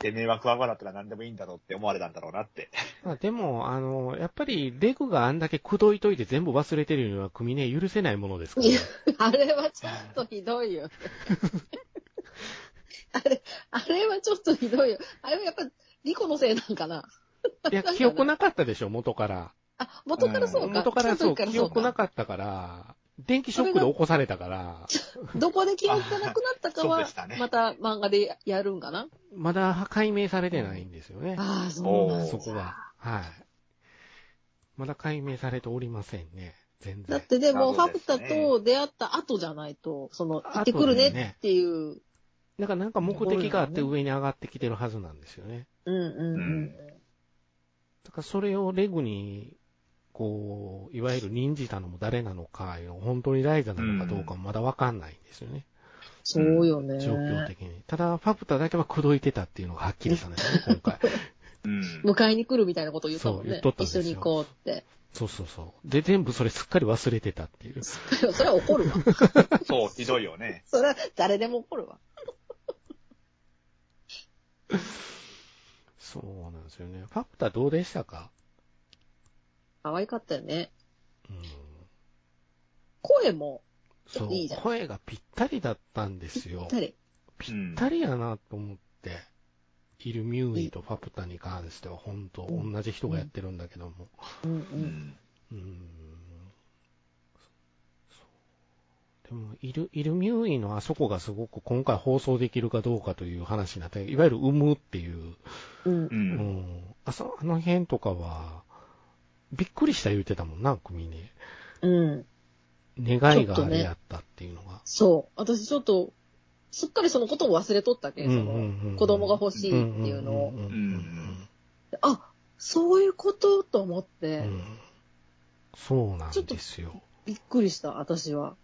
C: てめえはふわふわだったら何でもいいんだろうって思われたんだろうなって。
A: まあでも、あの、やっぱり、レグがあんだけ口説いといて全部忘れてるのは、組ね、許せないものですから、
B: いやあれはちょっとひどいよね。あれ、あれはちょっとひどいよ。あれはやっぱ、リコのせいなんかない
A: や、記憶なかったでしょ、元から。
B: あ、元からそうか。
A: 元からそう、
B: 来た時
A: 記憶な
B: か
A: かったから、電気ショックで起こされたから、
B: どこで記憶がなくなったか
C: そ
B: <laughs>
C: う
B: は
C: でしたね、
B: また漫画でやるんかな。
A: まだ解明されてないんですよね。
B: ああ、そうなんだ
A: そこは。はい。まだ解明されておりませんね。全
B: だっ
A: 然。
B: てでも、フ
C: な
B: ァ
C: るほど
B: プ
C: ですね
B: タと出会った後じゃないと、その、行ってくるねっていう。
A: だからなんか目的があって
B: そう
A: 上に上がってきてるはずなんですよね。
B: うんうんうん。
A: だからそれをレグに、こう、いわゆる任じたのも誰なのか、本当にライザなのかどうかもまだわかんないんですよね。
B: そうよね。
A: 状況的に。ただ、ファプタだけは口説いてたっていうのがはっきりしたんですね、今回。
C: うん。
B: <laughs> 迎えに来るみたいなこと言ったもん
A: そう言
B: ね
A: っとっ。たんです
B: 一
A: よ
B: 緒に行こうって。 <laughs>
A: そうそうそう。で、全部それすっかり忘れてたっていう。
B: それは怒るわ。
C: そう、ひどいよね。
B: それは誰でも怒るわ。
A: そうなんですよね。ファプタどうでしたか
B: 可愛かったよね。
A: うん。
B: 声も、
A: そう
B: いいじゃん
A: 声がぴったりだったんですよ。
B: 誰
A: ぴったりやなと思って。イルミューイとファプタに関しては本当
B: うん
A: 同じ人がやってるんだけども。
B: うんう。
C: うんん。
A: うーんそうでも、イル、イルミューイのあそこがすごく今回放送できるかどうかという話になって、いわゆる産むっていう、
B: うん
C: う。。
A: うんん、あそ、あの辺とかは、びっくりした言うてたもんな、組ね。
B: うん。
A: 願いがあれやったっていうのが。
B: そう。私ちょっと、すっかりそのことを忘れとったけ、そ
A: うんうんうんうん
B: の、子供が欲しいっていうのを。
A: んん
B: あ、そういうことと思っ
A: うんう
B: て
A: んう、んそうなんですよ。
B: びっくりした、私は。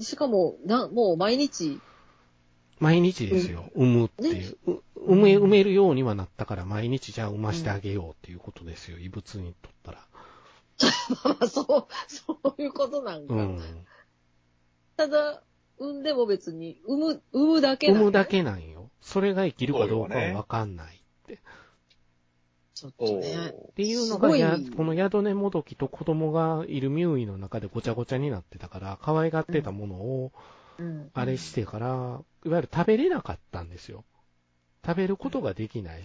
B: しかも、な、もう毎日、 <laughs>
A: 毎日ですよ、産むっていう。う産め、産めるようにはなったから、毎日じゃあ産ましてあげようっていうことですよ、異物にとったら。
B: まあそう、そういうことなんか。
A: うん。
B: ただ、産んでも別に、産む、産むだけ
A: 産む
B: だ
A: だけなんよ。それが生きるかどうかはわかんない。
B: ちょっと
C: お
B: ね。
A: っ
C: ー
A: ていうのがや
B: すごい、
A: この宿根もどきと子供がいるミュウイの中でごちゃごちゃになってたから、可愛がってたものを、
B: うん。
A: あれしてから、いわゆる食べれなかったんですよ。食べることができない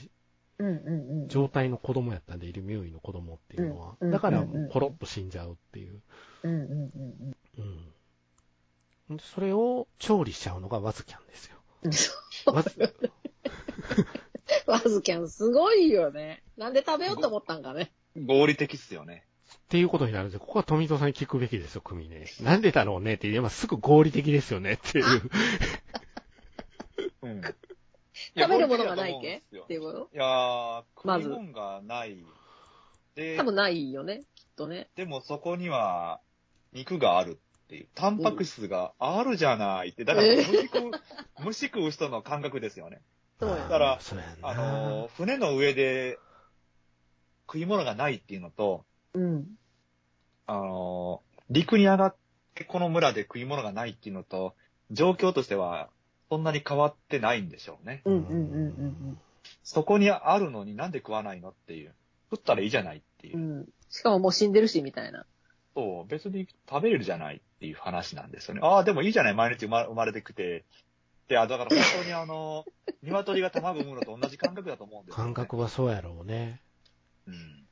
B: うんうんうん。
A: 状態の子供やったんで、いるミュウイの子供っていうのは。
B: うん
A: だから、
B: うんうん
A: ポロッと死んじゃうっていう。
B: うんうんうん
A: うん。それを調理しちゃうのがワズキャンですよ。
B: うん。
A: ワズ、
B: ワズキャンすごいよね。なんで食べようと思ったんかね。
C: 合理的っすよね。
A: っていうことになるんで、ここは富蔵さんに聞くべきですよ、組ね。なんでだろうねって言えばすぐ合理的ですよねっていう。
B: <laughs>
C: うん。
B: 食べるものがないけ
C: いや
B: っていうこと
C: いやー、
B: ま
C: 食
B: ず
C: い物がない。で
B: 多、分ないよね、きっとね。
C: でもそこには肉があるっていう。タンパク質があるじゃないって。だから
B: え
C: 虫食
B: <laughs>
C: う、虫食う人の感覚ですよね。
B: そうや
A: あー
C: から
A: そうやんな
C: あのー、船の上で食い物がないっていうのと、
B: うん。
C: あのー、陸に上がってこの村で食い物がないっていうのと、状況としてはそんなに変わってないんでしょうね。
B: うんうんうん
C: そこにあるのになんで食わないのっていう。食ったらいいじゃないっていう
B: うんう。ん。うん。しかももう死んでるし、みたいな。
C: そう、別に食べれるじゃないっていう話なんですよね。ああ、でもいいじゃない、毎日生ま生まれてきて。で、あだから本当に
A: <laughs>
C: あの、鶏が卵産むのと同じ感覚だと思うんですよ、
A: 感
C: ね。
A: 覚はそうやろうね。
C: うん。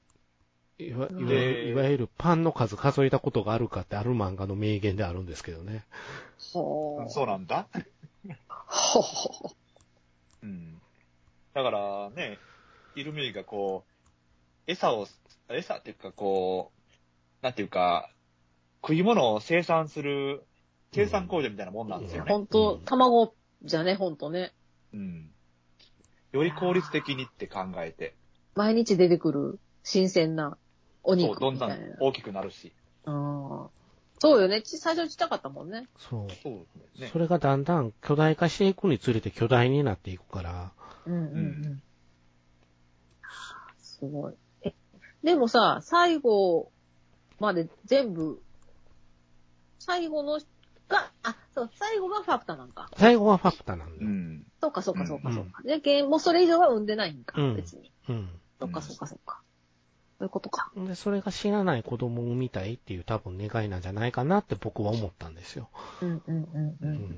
A: いわいわ
B: うん
A: いわゆるパンの数数えたことがあるかってある漫画の名言であるんですけどね。
B: ほ
C: そう
B: う。
C: なんだ。
B: ほうほう。
C: うん。だからね、イルミがこう、餌を、餌っていうかこう、なんていうか、食い物を生産する、生産工場みたいなもんなんですよね。
B: ほんと
A: うん、
B: 卵じゃね、ほんとね。
C: うん。より効率的にって考えて、
B: 毎日出てくる新鮮なお
C: そう、
B: 肉
C: どん
B: み
C: ど
B: たい
C: ん大きくなるし。
B: な。うんそうよね。ち最初ちっちゃかったもんね。
A: そう。
C: そうですね。
A: それがだんだん巨大化していくにつれて巨大になっていくから、
B: うんうんう。
C: うん
B: すごい。え、でもさ、最後まで全部、最後のが、あ、そう、最後がファクターなんか。
A: 最後はファクターなんだ
C: う
A: よ。
C: ん。
B: そうかそうかそうかそうか。で、ゲームもうそれ以上は産んでないんか、
A: うん
B: 別に。
A: うん。
B: そうかそうかそうか。そういうことか。
A: で、それが死なない子供を産みたいっていう多分願いなんじゃないかなって僕は思ったんですよ。
B: うんうんうんう。
A: うんん。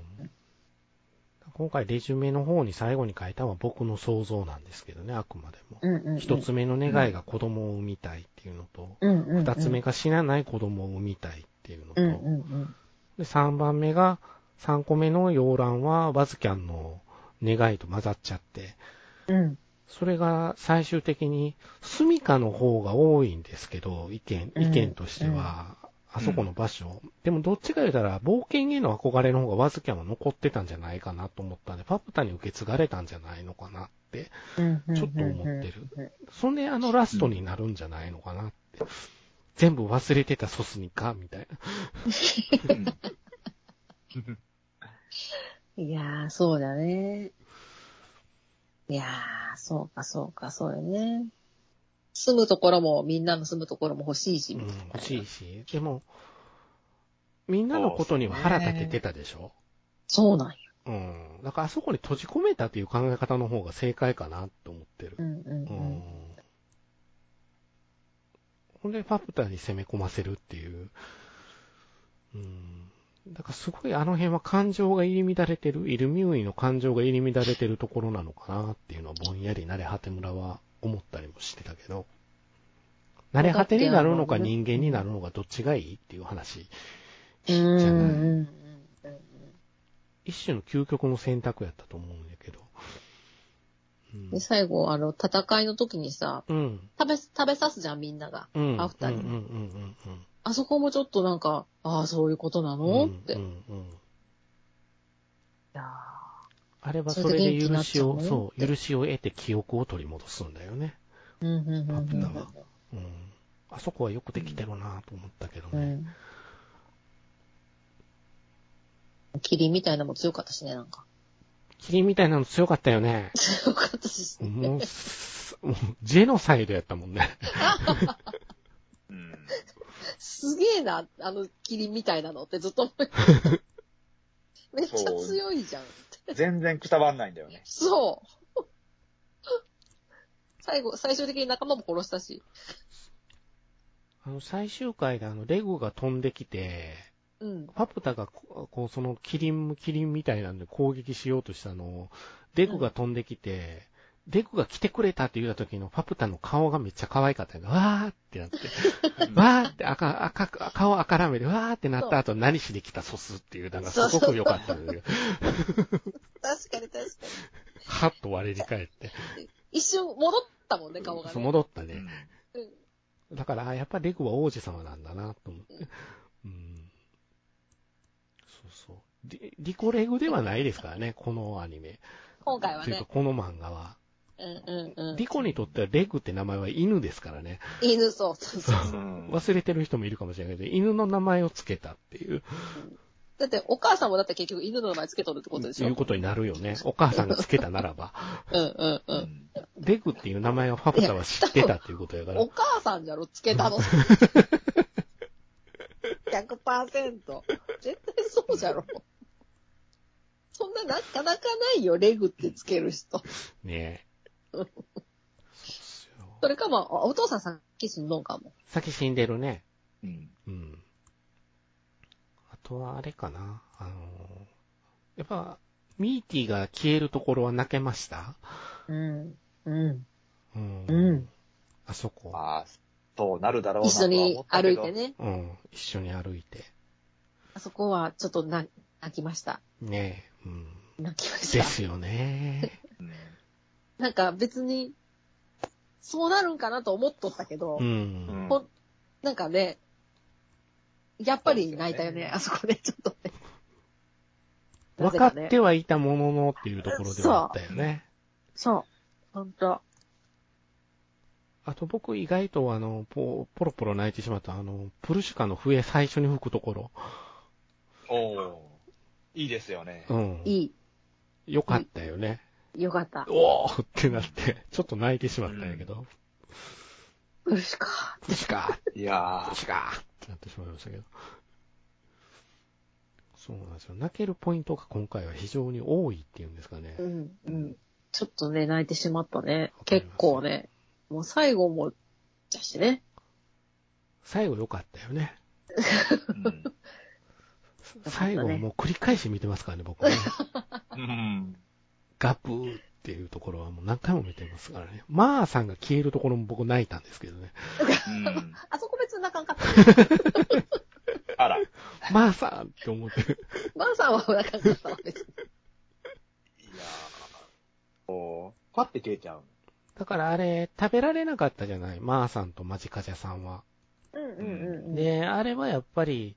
A: 今回レジュメの方に最後に書いたのは僕の想像なんですけどね、あくまでも。
B: うんうんうん。
A: 一つ目の願いが子供を産みたいっていうのと、
B: うんうんうん。
A: 二つ目が死なない子供を産みたいっていうのと
B: うん、うんうん。
A: で、3番目が、3個目の洋蘭はワズキャンの願いと混ざっちゃって、
B: うん
A: それが最終的に、スミカの方が多いんですけど、意見、
B: うん
A: 意見としては、あそこの場所。でもどっちか言うたら、冒険への憧れの方がワズキャンは残ってたんじゃないかなと思ったんで、パプタに受け継がれたんじゃないのかなって、
B: うんうん。
A: ちょっと思ってる。
B: うんうん
A: そんであのラストになるんじゃないのかなって。全部忘れてたソスミカみたいな。
B: いやー、そうだね。いやー、そうか、そうか、そうよね。住むところも、みんなの住むところも欲しいし、
A: うん
B: みたいな、
A: 欲しいし、でも、みんなのことには腹立ててたでしょ
B: そうなんよ。
A: うん。だからあそこに閉じ込めたっていう考え方の方が正解かなと思ってる
B: う。んうん
A: う
B: うん
A: ん。ほんで、パプターに攻め込ませるっていう。うん。だからすごいあの辺は感情が入り乱れてる、イルミウイの感情が入り乱れてるところなのかなっていうのはぼんやり慣れ果て村は思ったりもしてたけど、慣れ果てになるのか人間になるのかどっちがいいっていう話。
B: うん。
A: じゃ
B: うん
A: ない
B: うんうん。
A: 一種の究極の選択やったと思うんだけど。うん
B: で、最後、あの、戦いの時にさ、
A: うん。
B: 食べ、食べさすじゃん、みんなが。
A: うん。
B: アフターに
A: うんうんうんうんうん。
B: あそこもちょっとなんか、ああ、そういうことなの、って。
A: う
B: い
A: んうんうん
B: や
A: あれは
B: そ
A: そ
B: れ
A: れ
B: で
A: で
B: 元気にな
A: 許
B: っち
A: し
B: ゃう
A: を、
B: の
A: そう、許しを得て記憶を取り戻すんだよね。
B: ーうんうんうんうん
A: あったうん。あそこはよくできてるなと思ったけど
B: う
A: ね。
B: ん。キリンみたいなのも強かったしね、なんか。 <laughs>
A: キリンみたいなの強かったよね。
B: 強かったし。
A: もう、すもうジェノサイドやったもんね。
C: <laughs> うん
A: <laughs>
B: すげえな、あの、キリンみたいなのってずっと思いめっちゃ強いじゃん。
C: 全然くたばんないんだよね。
B: そう。最後、最終的に仲間も殺したし。
A: あの、最終回であの、レゴが飛んできて、
B: うん。
A: パプタがこ、こう、その、キリン、キリンみたいなんで攻撃しようとしたのを、デクが飛んできて、デクが来てくれたって言った時のパプタの顔がめっちゃ可愛かったよね。わーっ
B: <laughs>
A: てなって、わーって赤、赤く、顔赤らめで、わーってなった後、何しに来たソスっていう、なんかすごく良かったんだけど、
B: 確かに確か
A: はっと我に返って、
B: に。一瞬戻ったもんね、顔が
A: そう
B: ね。
A: 戻った
C: うん
A: ね。
B: うん
A: だから、あやっぱりレグは王子様なんだな、と思って。うん。そうそう。リリコレグではないですからね、このアニメ。
B: 今回は
A: というか、
B: ね。
A: この漫画は。
B: うんうんうん。
A: リコにとってはレグって名前は犬ですからね。
B: 犬、そうそうそう。
C: うん
A: 忘れてる人もいるかもしれないけど、犬の名前を付けたっていう、
B: だって、お母さんもだって結局犬の名前つけとるってことでし
A: い
B: ょ
A: う。ことになるよね。お母さんが付けたならば。
B: うんうんう。
C: うんん
A: レグっていう名前をファプタは知ってたっていうことやから
B: お。母さんじゃろ、つけたの。100%。絶対そうじゃろ。そんななかなかないよ、レグってつける人。
A: ねえ。
B: <laughs> う
A: そうんっす
B: そ
A: よ。
B: れかまあ、お父さんさっき死んどんかも。
A: 先死んでるね。
C: うん
A: うん。あとはあれかな。あのーやっぱ、ミーティが消えるところは泣けました
B: うん。うん。
A: うん。
B: うん。
A: あそこ。
C: まあ、そうなるだろうな
B: 一緒に歩いて
C: ね。
B: ね。
A: うん。一緒に歩いて。
B: あそこはちょっとな泣きました。
A: ねえ。うん。
B: 泣きまし
A: で
B: た。
A: すよね。
C: うん
B: なんか別に、そうなるんかなと思っとったけど、
A: うん。
C: うん
B: ほんなんかね、やっぱり泣いたよね、
C: そうですよね
B: あそこね、ちょっとね。
A: 分かってはいたもののっていうところではあったよね。
B: そう。ほんと。
A: あと僕意外とあの、ポポロポロ泣いてしまったあの、プルシュカの笛最初に吹くところ。
C: おーいいですよね。
A: うん。
B: い
A: よかったよね。
B: い。よかった。
A: おーってなって、ちょっと泣いてしまったんやけど。
B: うしか。
A: プルシュカ
C: いや
A: 確かってなってしまいましたけど。そうなんですよ。泣けるポイントが今回は非常に多いっていうんですかね
B: う。ん、うん。ちょっとね、泣いてしまったね
A: わ。かり
B: 結
A: ます
B: 構ね。もう最後も、だしね。
A: 最後良かったよね。
C: ー
B: たね
A: 最後はもう繰り返し見てますからね、僕はね。
C: うん。
A: ガブーっていうところはもう何回も見てますからね。マーさんが消えるところも僕泣いたんですけど <laughs> ね。
C: うん
B: あそこ別に泣かんかった。
C: あら、
A: マーさんって思って。
B: マンさんは泣かんかったわ、別に。
C: いやー、こう、パッて消えちゃう。
A: だからあれ、食べられなかったじゃない。マーさんとマジカジャさんは。
B: うんうんうん。
A: で、あれはやっぱり、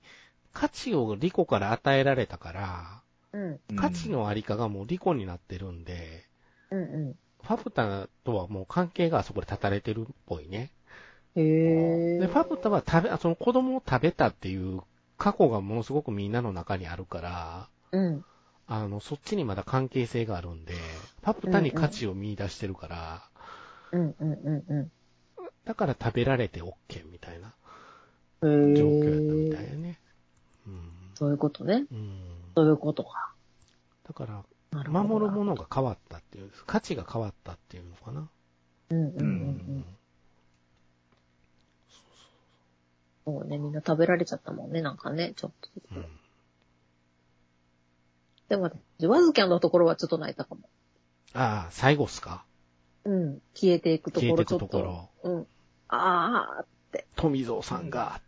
A: 価値をリコから与えられたから、
B: うん
A: 価値のありかがもうリコになってるんで、
B: うんう
A: ファブタとはもう関係があそこで断たれてるっぽいね。
B: ん。へ
A: で、ファブタは食べ、その子供を食べたっていう過去がものすごくみんなの中にあるから、
B: うん。
A: あの、そっちにまだ関係性があるんで、パプタに価値を見出してるから、
B: うんうんうん
A: だから食べられて OK みたいな
B: うん。
A: 状況やったみたい
B: へ
A: だ
B: ー
A: ね。
B: そういうことね。
A: うん。うん。
B: そういうことか。
A: だから、
B: なるほどな。
A: 守るものが変わったっていう、価値が変わったっていうのかな。
B: うんうんう
A: うん
B: うん。もうね、みんな食べられちゃったもんね、なんかね、ちょっと。
A: うん
B: でも私、ワズキャンのところはちょっと泣いたかも。
A: ああ、最後っすか
B: うん。消えていくところ、ちょっと。
A: 消えていくとこ
B: うん。ああ、
A: 富蔵さんが、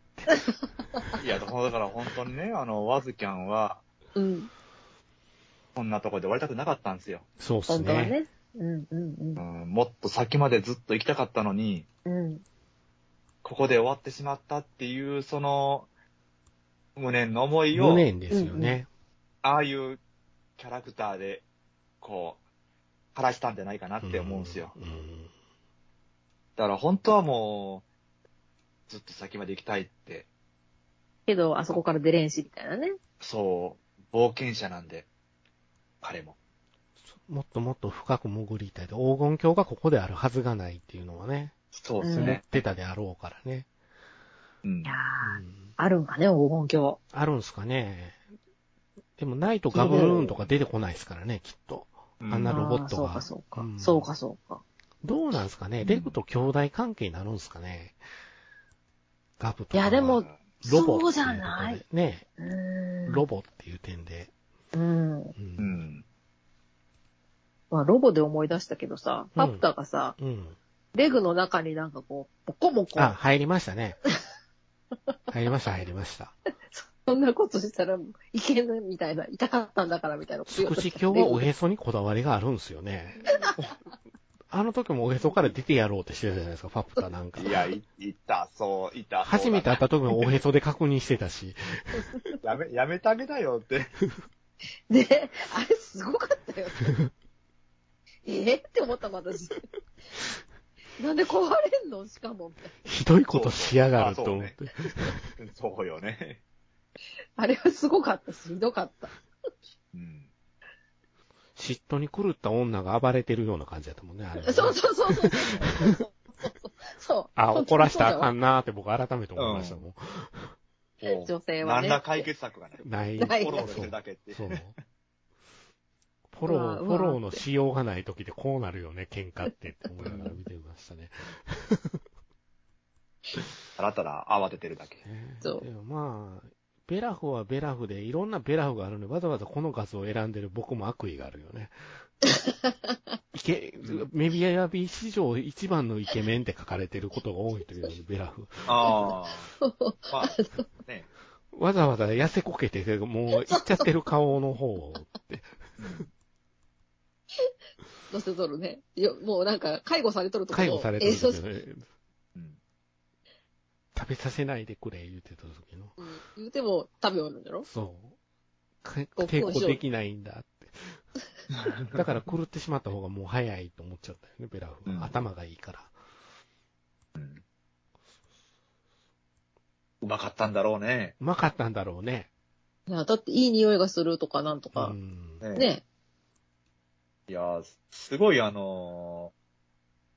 C: いや、だから本当にね、あの、ワズキャンは、
B: うん。
C: こんなところで終わりたくなかったんですよ。
A: そうっす
B: 本当は
A: ね。
B: ね。うんうん
C: うん、もっと先までずっと行きたかったのに、
B: うん。うん。
C: ここで終わってしまったっていう、その、無念の思いを
A: 無、念ですよね。
C: ああいうキャラクターで、こう、晴らしたんじゃないかなって思うんですよ。
A: うん。うん
C: だから本当はもう、ずっと先まで行きたいって、
B: けど、あそこから出れんし、みたいなね。
C: そう、冒険者なんで、彼も。
A: もっともっと深く潜りたいと。黄金鏡がここであるはずがないっていうのはね、
C: そうです
A: 思っ
C: ね。
A: てたであろうからね。
C: うん
B: いやー、
A: うん
B: あるんかね、黄金鏡。
A: あるんすかね。でもないとガブルーンとか出てこないですからね、きっと。
C: うん
A: あんなロボットが
B: あーそうか、そう
A: う
B: か。
A: ん
B: そうか、そうか。
A: どうなんですかね、
C: うん
A: レゴと兄弟関係になるんですかねガブとか。
B: いやでも
A: ロボ
B: そうじゃな
A: ってう
B: い
A: ことでね、
B: うーん。
A: ロボっていう点で。
B: うん。
A: う。
C: うんん。
B: まあ、ロボで思い出したけどさ、
A: うん
B: パプタがさ、
A: うん。
B: レグの中になんかこう、ボコボコ、
A: あ、入りましたね。入りました、入りました。
B: そんなことしたらいけないみたいな、痛かったんだからみたいな。
A: 福祉教はおへそにこだわりがあるんですよね。あの時もおへそから出てやろうってしてたじゃないですか、パプタなんか。
C: いや、い、いた、そう、いた。
A: 初めて会った時もおへそで確認してたし。
C: やめ、やめてあげなよって。 <laughs>
B: で、あれすごかったよ。えって思ったもん私。なんで壊れんのしかも。
A: ひどいことしやがると思って。
C: そうよね。
B: あれはすごかったし、ひどかった。
C: うん。
A: 嫉妬に狂った女が暴れてるような感じだったもんね、あれ、ね。
B: そうそうそうそう。そう。
A: あ、怒らしたらあか
B: ん。
A: んなーって僕改めて思いましたもん。
C: こう
B: 女性はね
C: 何ら解決策がない。
A: ない。
B: ない
C: フォローして
B: <laughs>
C: るだけって。
A: そう。フォロ
B: うわ
A: ー、
B: う
A: フ
B: わ
A: ォローのしようがない時でこうなるよね、喧嘩ってって思いながら見てましたね。
C: たらたら慌ててるだけ。
A: ね
B: そう
A: でもまあ、ベラフはベラフで、いろんなベラフがあるので、わざわざこの画像を選んでる僕も悪意があるよ
B: <laughs>
A: ね。イケ、メビアビ史上一番のイケメンって書かれてることが多いという、ベラフ。
C: ああ。まあ、ね。
A: わざわざ痩せこけて、もういっちゃってる顔の方を。
B: 乗せとるね。よもうなんか、介護されとるとこ
A: 介護されてるんです
B: えーそう
A: よね。
C: <laughs> うん。
A: 食べさせないでくれ、言ってた時の。
B: うん言うても食べおるんだろ
A: そう。か
B: ご
A: 抵
B: ご
A: 抗
B: 承
A: できないんだって。だから狂ってしまった方がもう早いと思っちゃったよね、ベラフは。
C: うん
A: 頭がいいから。
C: うんうまかったんだろうね。
A: うまかったんだろうね。
B: いや、だっていい匂いがするとかなんと
A: う
B: か。
A: ん。
C: ね
B: ね。
C: いやー、すごいあのー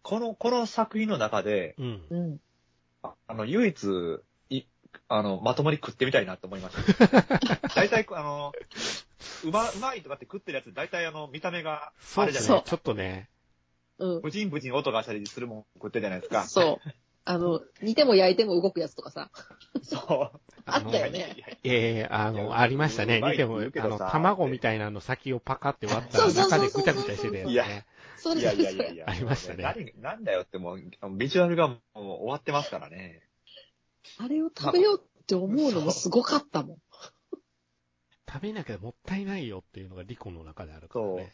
C: この、この作品の中で、
A: うん。
B: うん。
C: ああの、唯一、い、あの、まともに食ってみたいなと思い
B: <laughs>
C: ました。大体、あの、うま、うまいとかって食ってるやつ、大体あの、見た目が、
A: そ
C: あ
A: う
C: れ
A: で
C: じゃ
A: す
C: ない
A: ね。ちょっとね。
B: うん。
C: ブチンブチン音がしたりするもん食ってるじゃないですか。
B: そう。あの、煮ても焼いても動くやつとかさ。
C: そう。
B: あったよ
A: の
B: ね。
A: ええあ
C: い
A: の、
C: や
A: ありましたね。
C: うまい
A: 見ても、
C: って言うけ
A: あ
C: ど
A: の、
C: さ
A: 卵みたいなの先をパカって割っ
B: そ
A: たら
B: うそうそう
A: 中
B: そう
A: でぐちゃぐちゃしてるやつ
B: い
A: ね。
B: それ
C: い
B: そ
C: や
B: れ
C: いや
B: そ
C: いや
B: れ
C: い。や。
A: ありましたね
C: 何なんだよってもう、ビジュアルがもう終わってますからね。
B: あれを食べようって思うのもすごかったもん。
A: 食べなきゃもったいないよっていうのがリコの中であるからね。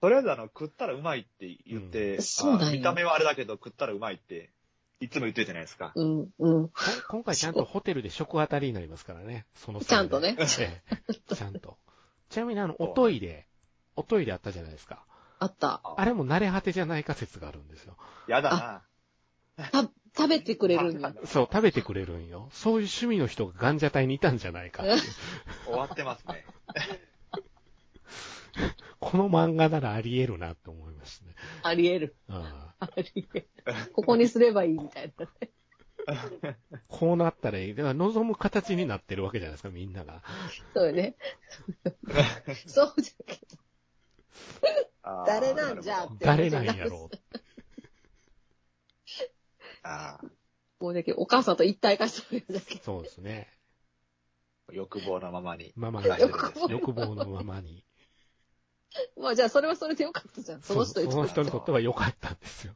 C: とりあえずあの、食ったらうまいって言って、
B: うんそうなん
C: あ
B: よ
C: 見た目はあれだけど食ったらうまいって、いつも言ってるじゃないですか。
B: うん、うん。
A: こん今回ちゃんとホテルで食あたりになりますからね。その際
B: ちゃんとね。
A: ええちゃんと。ちなみにあの、おトイレ、おトイレあったじゃないですか。
B: あった。
A: あれも慣れ果てじゃないか説があるんですよ。
C: やだな。
B: た、食べてくれるん
C: <laughs>
B: だ。
A: そう、食べてくれるんよ。そういう趣味の人がガンジャタイにいたんじゃないかっていう。
C: 終わってますね。
A: この漫画ならあり得るなって思いましたね。
B: あり得る。
A: あ
B: あり得る。ここにすればいいみたいな。
A: あこうなったらいい。だから望む形になってるわけじゃないですか、みんなが。
B: そうよ
A: <laughs>
B: ね。そうじゃけど
C: あー
B: 誰なんじゃって
A: 誰なんやろうって。
C: あー
B: もうだけどお母さんと一体化してるんだけ
A: そうですね。
C: 欲望のままに。
A: まあま
C: 暮ら
A: あ、
C: して
A: 欲
C: るんです
B: 欲
A: 望のままに。
B: ど。まあじゃあそれはそれでよかったじゃん。その人
A: そう
B: に
A: そ
B: と
A: の
B: って
A: 人にとっては良かったんですよ。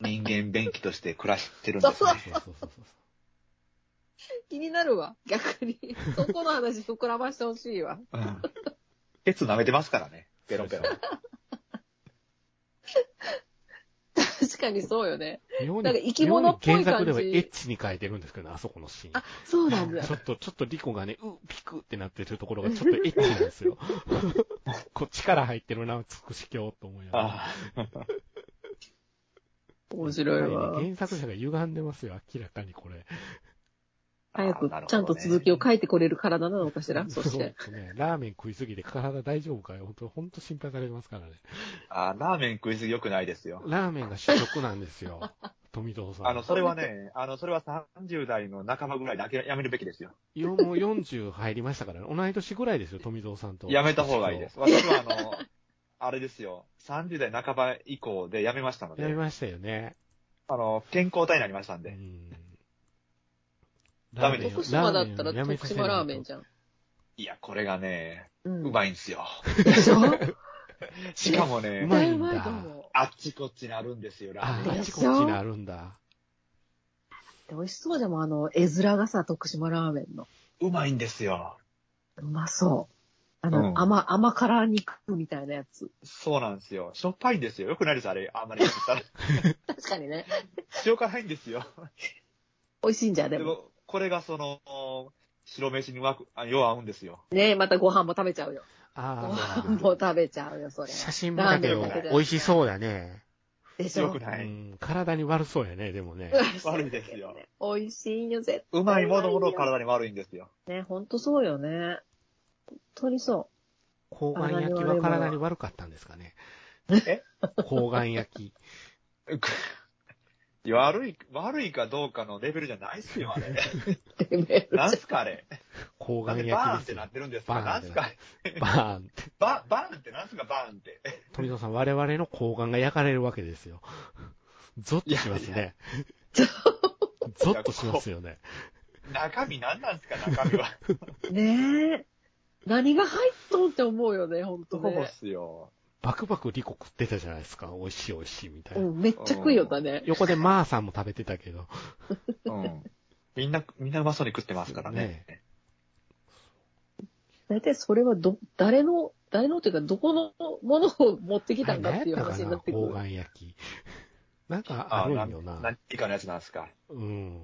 C: 人間便器として暮らしてるんです
A: そう
C: ね。
A: そうそうそうそう。
B: 気になるわ。逆に。そこの話膨らましてほしいわ。
C: うんケツ舐めてますからね。ペロンペロン。
B: 確かにそうよね。
A: 妙に、
B: なんか生き物っぽい感じ
A: 妙に原作ではエッチに書いてるんですけどね、あそこのシー
B: あ、そうなん
A: ン。
B: だ
A: ちょ。っと、ちょっとリコがね、う、ピクってなってるところがちょっとエッチなんで
B: <laughs>
A: すよ。こっちから入ってるな、つくし教と思いながら。
C: あ
B: 面白い
A: やっぱ
B: わ
A: り。ね原作者が歪んでますよ、明らかにこれ。
C: ー
B: 早くちゃんと続きを書いてこれる体なのかしら、そして。
A: そうね、ラーメン食いすぎて体大丈夫かよ、本当本当心配されますからね。
C: あー、ラーメン食いすぎ良くないですよ。
B: <laughs>
A: ラーメンが主食なんですよ。富蔵さん。
C: あの、それはね、あの、それは30代の半ばぐらいで諦やめるべきですよ。
A: よもう40入りましたからね。同い年ぐらいですよ、富蔵さんと。
C: やめた方がいいです。私はあの、あれですよ、30代半ば以降でやめましたの
A: やめ
C: で、
A: ましたよね。
C: あの、健康体になりましたん
A: う
C: で。
A: ん。
C: ダメです
B: 徳島だったら
A: ラーメンをやめ
B: 徳
A: させ
B: 島
A: ないと
B: ラーメンじゃん。
C: いや、これがね、
B: う
C: う
B: い。
C: まいんすよ。
B: でしょ
C: しかも
A: う
C: ね
A: ま、いんだ
B: うまいと思
C: あっちこっちにあるんですよ、ラ
A: あ
C: ーメン
A: あ、あ
C: が
A: っ
B: で
A: ち
B: し
A: こ
B: ょ
A: っちにあるんだ。
B: う。美味しそうでも、あの、絵面がさ、徳島ラーメンの。
C: うまいんですよ。
B: うまそう。あの、
C: うん
B: 甘、甘辛肉みたいなやつ。
C: そうなんですよ。しょっぱいんですよ。よくないです、あれ。あんまりやったら。
B: 確かにね。
C: 塩辛いんですよ。
B: 美味しいんじゃん、で
C: で
B: も。
C: も、これがその、白飯にうまく、あよう合うんですよ。
B: ねえ、またご飯も食べちゃうよ。ご
A: あ
B: 飯も食べちゃうよ、そ
A: あ、
B: れ。
A: 写真見たけ
C: ラーメ
A: ど
C: ンだけ、
A: 美味しそうだね。
B: でし
C: よ
B: ょ
C: くな
A: う
C: い。
A: ん体に悪そうやね、でもね。
C: 悪いですよ。
B: 美味しいよ、絶対。
C: うまいものほ
B: うま
C: ど
B: いよ
C: 体に悪いんですよ。
B: ね、ほんとそうよね。本当にそ
A: 睾丸焼きは体に悪かったんです
B: <laughs>
A: かね。
C: え <laughs>
A: 睾丸焼き。
C: 悪い、悪いかどうかのレベルじゃないっすよ、あれ。
B: う。レベル
C: なんすか、あれ。
A: 睾
C: なん
A: 丸
C: でバーン
A: 焼
C: っ
A: きで
C: て
A: す
C: な
A: よ
C: っ。てるんですか
A: バーン
C: な
A: っ
C: ん
A: て
C: す
A: な
C: か
A: っバーンって。
C: バ、バーンってなんすかバーンって。
A: 富田さん、我々の睾丸が焼かれるわけですよ。ゾッとします
C: いや
A: ね。ゾッとしますよね。
C: 中身なんなんすか中身は。
B: ねえ。何が入っとんって思うよね、ほんと
C: そうっ
B: ね。
C: すよ。
A: バクバクリコ食ってたじゃないですか。美味しい美味しいみたいうな。
B: ん、めっちゃ食いよったね。
A: 横でマーさんも食べてたけど。
C: うん。みんな、みんなうまそうに食ってますからね。
B: 大体それはど、誰の、誰のっていうか、どこのものを持ってき
A: あ
B: た
A: れ
B: んだっ
A: 何や
B: ていう
A: ったか
B: 話にな
A: な
B: ってくる
A: 睾。丸焼き。なんかあ
C: あ
A: るん
C: な
A: よな。
C: 何以下のやつなんすか
A: うん。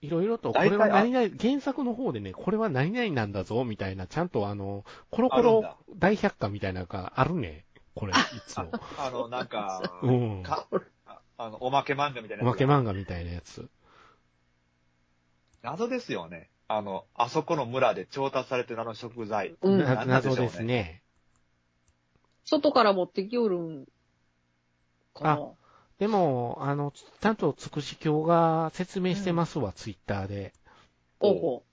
A: いろいろと、こ
C: 大体
A: れは何々、原作の方でね、これは何々なんだぞ、みたいな、ちゃんとあの、コロコ
C: あるん
A: ロ
C: だ
A: 大百科みたいなのがあるね。これ、いつ
B: <laughs>
A: も。
C: あの、なんか、
A: うん。
C: かああの、おまけ漫画みたい
A: お
C: なやつが
A: まけ漫画みたいなやつ。
C: 謎ですよね。あの、あそこの村で調達されてるあの食材。
B: うん
A: な
C: なんでしょ
A: 謎
C: うね
A: ですね。
B: 外から持ってきよるんかな。
A: でも、あの、ちゃんとつくし教が説明してますわ、ツイッターで。
B: おうほ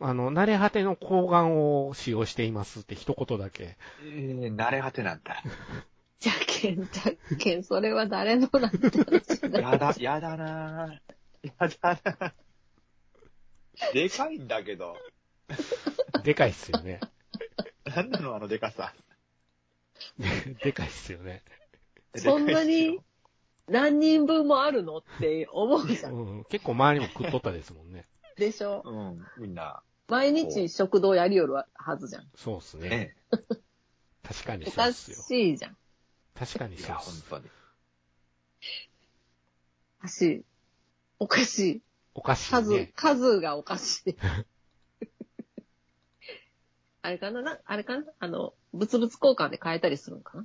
A: あの、慣れ果ての抗がんを使用していますって一言だけ。 <laughs>
C: えー、慣れ果てなんだ。
B: う。じゃけん、じゃけん、それは誰の
A: <laughs>
B: なんて話になる
C: やだ、やだなぁ。やだなぁ。でかいんだけど。
A: でかいっすよね。 <laughs>
C: なんなのあのでかさ。
A: でかいっすよね。
B: そんなに何人分もあるのって思うじ
A: う
B: ゃん。
A: ん。結構周りも食っとったですもんね。
B: でしょ
C: うん、みんな。
B: 毎日食堂やりよるはずじゃん。
A: そうっすね。
C: ね
A: 確かに
B: お
A: そう
B: か
A: っ
B: し
A: すよ。
B: いじゃん。
A: 確かに
C: い
A: そう
C: や、
A: っ
C: 本
A: す。
C: 当に。
B: おかしい。おかしい。
A: おかしい
B: 数、
A: ね。
B: 数がおかしい。 <laughs> あれかななあれかなあの、物々交換で買えたりするんか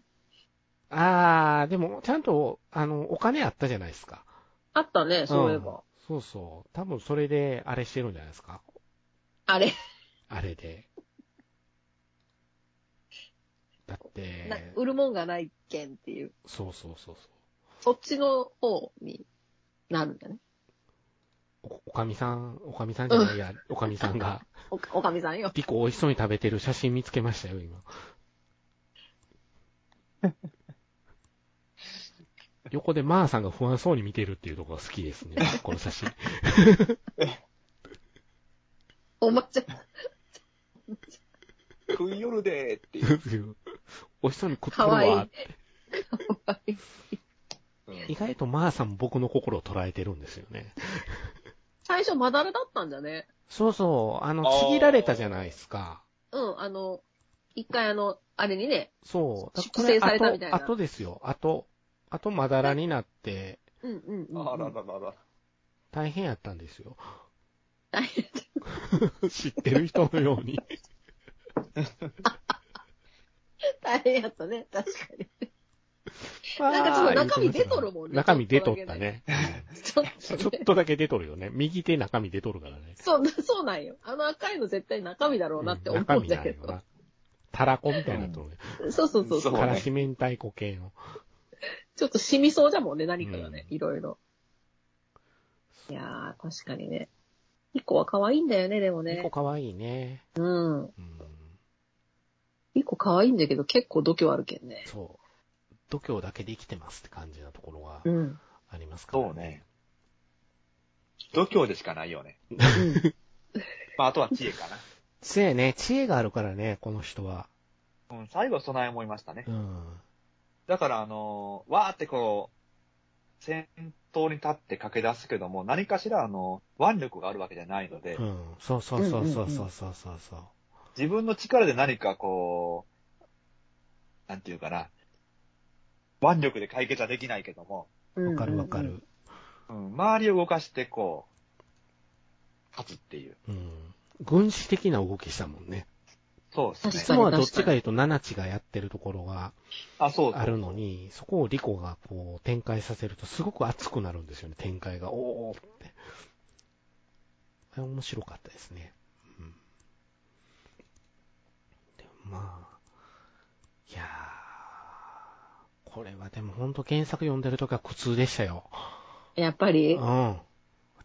B: な
A: あー、でも、ちゃんと、あの、お金あったじゃないですか。
B: あったね、そういえば。
A: んそうそう。多分それで、あれしてるんじゃないですか。
B: あれ、
A: あれで。だ
B: な
A: って、
B: 売るもんがないけんっていう。
A: そうそうそうそう。
B: そっちの方になるんだね。
A: おおかみさん、おかみさんじゃないや、おかみさんが、
B: おかおかみさんよ。
A: リコ美味しそうに食べてる写真見つけました
B: <laughs>
A: よ、今。横でマーさんが不安そうに見てるっていうところが好きですね、この
B: <laughs>
A: 写真。
B: おまちゃん。
C: 食い夜でーっていう。
A: 美味しそうに食って
B: か
A: る
B: わいい。
A: わ
B: か。わいい。
A: 意外とマーさん僕の心を捉えてるんですよね。
B: 最初、まだらだったんだね。
A: そうそう、あの、
C: あー
A: ちぎられたじゃないですか。
B: うん、あの、一回あの、あれにね、
A: そう。
B: 粛清されたみたいな
A: あとですよ。あと、あとまだらになって、
B: うんうん
C: う
B: うん
C: んあ
B: う
C: ら
B: ん。
C: ららら。
A: 大変やったんですよ。
B: 大変
A: <laughs> 知ってる人のように。
B: 大変やったね、確かに。
A: なん
B: かちょっと中身出とるもんね
A: 中身出とったね。
B: ちょっ
A: ち
B: と
A: ょ
B: ね
A: っとだけ出とるよね。右手中身出とるからね。
B: そう、そうなんよ。あの赤いの絶対中身だろうなって思
A: 中
B: うん
A: 身な
B: だ
A: んよ
B: けど。
A: な。たらこみたいなとるね。
B: そうそうそうそう。
C: そう
A: からし明太子系の。
B: ちょっと染みそうだもんね、何かがね、
A: う
B: いろいろ。いやー、確かにね。一個は可愛いんだよね、でも
A: 猫
B: ね。
A: かわいいね。
B: うん。
A: うん。
B: 一個可愛いんだけど、結構度胸あるけんね。
A: そう。度胸だけで生きてますって感じなところが
B: うん。うん。
A: ありますから
C: そうね。。度胸でしかないよね。まあ、あとは知恵か
A: 知恵ね、知恵があるからね、この人は。
C: な。うん、最後は備え思いましたね
A: う。ん。
C: だから、あのーわーってこう、先頭に立って駆け出すけども、何かしら、あの、腕力があるわけじゃないので、
A: うん。そうそうそうそうそうそうそうそう。
C: 自分の力で何かこう、なんていうかな、腕力で解決はできないけども、
B: うん
A: わかるわかる。。
C: うん、周りを動かしてこう、勝つっていう。
A: うん。軍師的な動きしたもんね。
C: そうで
A: い
C: す
A: つ
B: 確
C: ね。
B: か
A: もはどっちかいうと、ナナチがやってるところが
C: あ、そうそう
A: あるのに、そこをリコがこう展開させると、すごく熱くなるんですよね、展開が。おーって。あれ面白かったですね。うん。でもまあ、いやー、これはでもほんと原作読んでるときは苦痛でしたよ。
B: やっぱり
A: う、ん。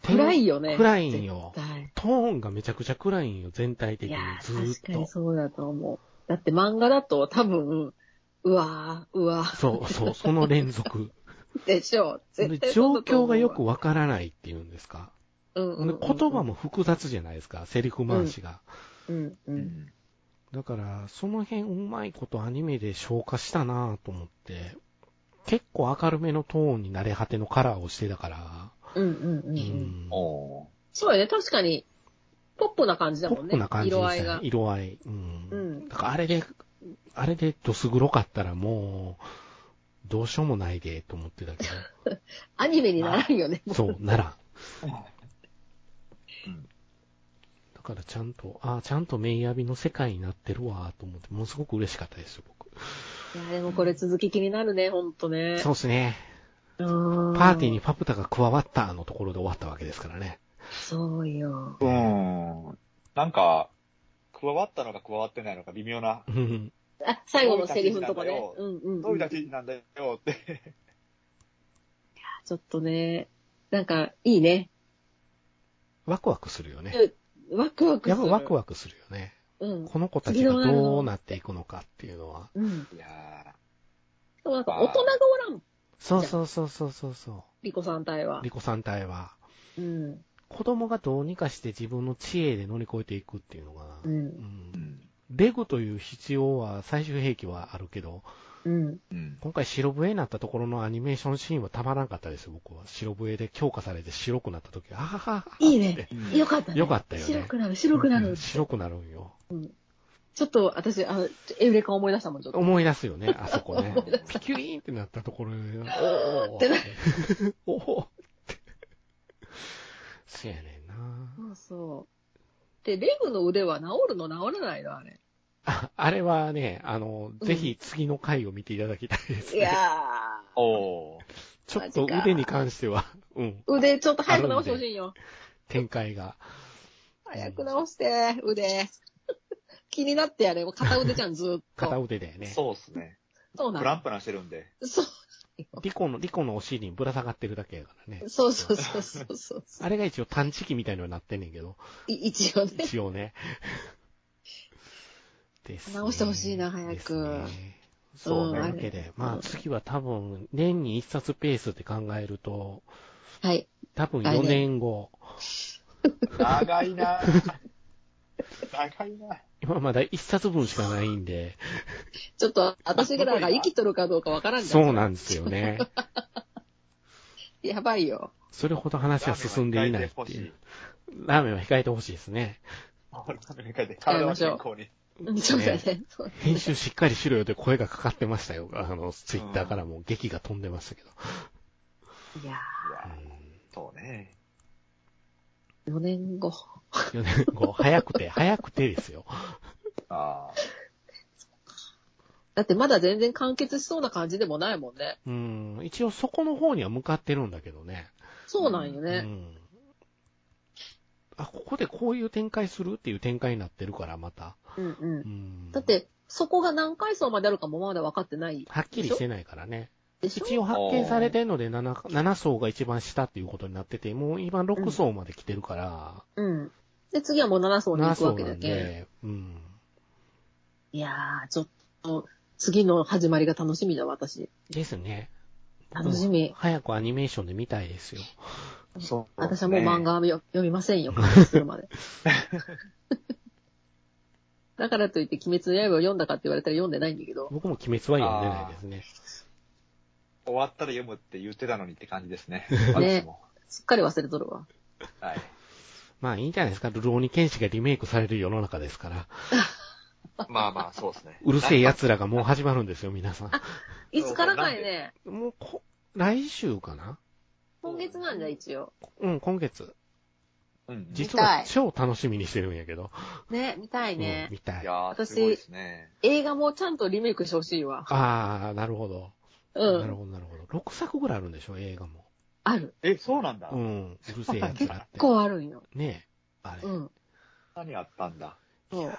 B: 暗いよね。
A: 暗いんよ
B: 絶対
A: トーンがめちゃくちゃ暗いんよ、全体的
B: い
A: に
B: や。
A: ず
B: ー、
A: ー
B: 確かに
A: っと。
B: そうだと思う。だって漫画だと多分、うわー、うわー
A: そうそう、その連続。
B: でしょう。 <laughs> 絶対
A: 状
B: そうだと思う
A: 況がよくわからないっていうんですか。
B: うんうんうん
A: で言葉も複雑じゃないですか、セリフ回しが。
B: うんう。
C: うんん
A: だから、その辺うまいことアニメで消化したなぁと思って、結構明るめのトーンに慣れ果てのカラーをしてたから、
B: うんうんうんう。
A: うんんポ
C: おー
B: そうやね。確かに、ポップな感じだもん
A: ッ
B: ね。
A: プな感じで
B: 色
A: し
B: 合い
A: たね
B: が。。
A: 色合い。うん
B: うん
A: だからあれで、あれでどす黒かったらもう、どうしようもないで、と思ってたけ
B: アニメにならんよね。
A: ど、そう、なら <laughs> ん。
C: うん
A: だからちゃんと、ああ、ちゃんとメイヤビの世界になってるわ、と思って、ものすごく嬉しかったですよ、僕。
B: いや、でもこれ続き気になるね、ほんとね。
A: そうですね。
B: パ
A: パー
B: ー
A: ティーに。パプタが加わったのところで終わったわけですからね。
B: そうよ。
C: うん。なんか、加わったのか加わってないのか微妙な、
A: うん
B: あ、最後のセリフのとこね。うんうん、
C: どう
B: う
C: い
B: ん。
C: う
B: ち
C: 立ち位置なんだよって。
B: ょっとね、なんか、いいね。
A: ワクワクするよね。
B: ワクワク
A: や
B: す
A: っぱ
B: る。
A: ワクワクするよね。
B: うん。
A: この子たちがどうなっていくのかっていうのは。
B: うん。
C: いや
B: でもなんか、大人がおらん、
A: そうそうそうそうそうそ
B: リコさん隊は
A: う。リ。コさん隊は。
B: うん。
A: 子供がどうにかして自分の知恵で乗り越えていくっていうのが。
B: う。
A: うん
C: ーうんん。
A: レゴという必要は最終兵器はあるけど、
B: うん。
C: うん。
A: 今回白笛になったところのアニメーションシーンはたまらんかったですよ、僕は。白笛で強化されて白くなった時、あははは。
B: いいね。
C: うん
B: よかった、ね。
A: よかったよね
B: 白くなる、白くな
A: う
B: る
A: ん。白くなるんよ。
B: ちょっと、私、あの、エウレカ思い出したもん、ちょっと。
A: 思い出すよね、あそこ
B: <laughs>
A: ね
C: 思い出。す
A: ピキュイーンってなったところで、おーおーおー
B: ってな
A: って <laughs> おーおーって。そやねんな
B: そうそう。で、レグの腕は治るの治らないのあれ。
A: ああれはね、あの、
B: うん
A: ぜひ次の回を見ていただきたいです
B: い
A: ね。
B: やー。
C: おー
A: ちょっと
B: マジか
A: 腕に関しては、うん、
B: 腕ちょっと早く直してほしいんよ。
A: 展開が。
B: 早く直して、腕。 <laughs> 気になってやれ。片腕じゃん、ずーっ
A: 片
B: と。
A: 腕だよね。
C: そうっすね。
B: そうな
C: プラ
B: の
C: ンプランしてるんで。
B: そう。
A: リコの、リコのお尻にぶら下がってるだけやからね。
B: そうそうそうそう <laughs> そう。
A: あれが一応探知機みたいにはなってんねんけ
B: <laughs>
A: ど、
B: い一応ね。
A: 一応
B: <laughs>
A: ね。ですね
B: 直してほしいな早く
A: ですねそう、
B: うん
A: なわけで、
B: う
A: まあ
B: ん
A: 次は多分、年に一冊ペースって考えると、
B: はい。
A: 多分
B: 来
A: 4
B: 年
A: 年後、
C: 長いな長いな
A: 今まだ一冊分しかないんで、
B: ちょっと、私がだから生きとるかどうかわからんじゃん。
A: そうなんですよ
B: <laughs>
A: ね。
B: やばいよ。
A: それほど話は進んでいないっていう。ラーメンは控えてほしいですね。
C: ラーメン控えて体の健康に。
B: うんそうだね。そう
A: 編集しっかりしろよって声がかかってましたよ。あの、ツイッターからもう劇が飛んでましたけど。
B: いや
C: いや
A: う
C: そうね。
B: ー、4年後。
A: ん、4年後、早くて、早くてですよ。
C: ああ。
B: だってまだ全然完結しそうな感じでもないもんね。
A: うん、一応そこの方には向かってるんだけどね。
B: そうなんよ
A: う
B: ね。
A: ん。あ、ここでこういう展開するっていう展開になってるから、また。
B: うんうん
A: う。ん。
B: だっ、て、そこが何階層まであるかもまだ分かってない。
A: はっきりしてないからね。
B: でし
A: 一
B: ょ
A: 応発見されてるので 7, 7層が一番下っていうことになってて、もう今6層まで来てるから、
B: うん。で、次はもう7層に行
A: 7
B: く
A: 層
B: わけ
A: な
B: だ
A: ん
B: け。
A: で、うん。
B: いやー、ちょっと、次の始まりが楽しみだ、私。
A: ですね。
B: 楽しみ。
A: 早くアニメーションで見たいですよ。
C: そう
B: 私はもう漫
C: 画。
B: 画はよ読みませんよ、完結する
A: <laughs>
B: まで。だからといって、鬼滅の刃を読んだかって言われたら読んでないんだけど、
A: 僕も鬼滅は読んでないですね。
C: 終わったら読むって言ってたのにって感じですね。
B: ね
C: 私も
B: すっかり忘れとるわ。
C: はい。
A: まあいいんじゃないですか。ルローニケンシがリメイクされる世の中ですから。
C: まあまあ、そうですね。
A: うるせえ奴らがもう始まるんですよ、皆さ
B: いつからかいね、
A: ん。もうこ、来週かな
B: 今月なんだ、一応。
A: うん、今月。
C: うん。い
A: 実は超楽しみにしてるんやけど。
B: ね、見たいね
A: うん、。見たい。あ
C: やー、すごいですね。
B: 映画もちゃんとリメイクしてほしいわ。
A: あー、なるほど。
B: う
A: なる
B: ん。
A: ほど、なるほど。6作ぐらいあるんでしょ、映画も。
B: ある。
C: え、そうなんだ。
A: うん、うるせえ
B: <laughs>
A: 奴
B: 結
A: らって。
B: 構あるんよ。
A: ねえ。あれ、
B: うん。
C: 何あったんだ。
B: そう。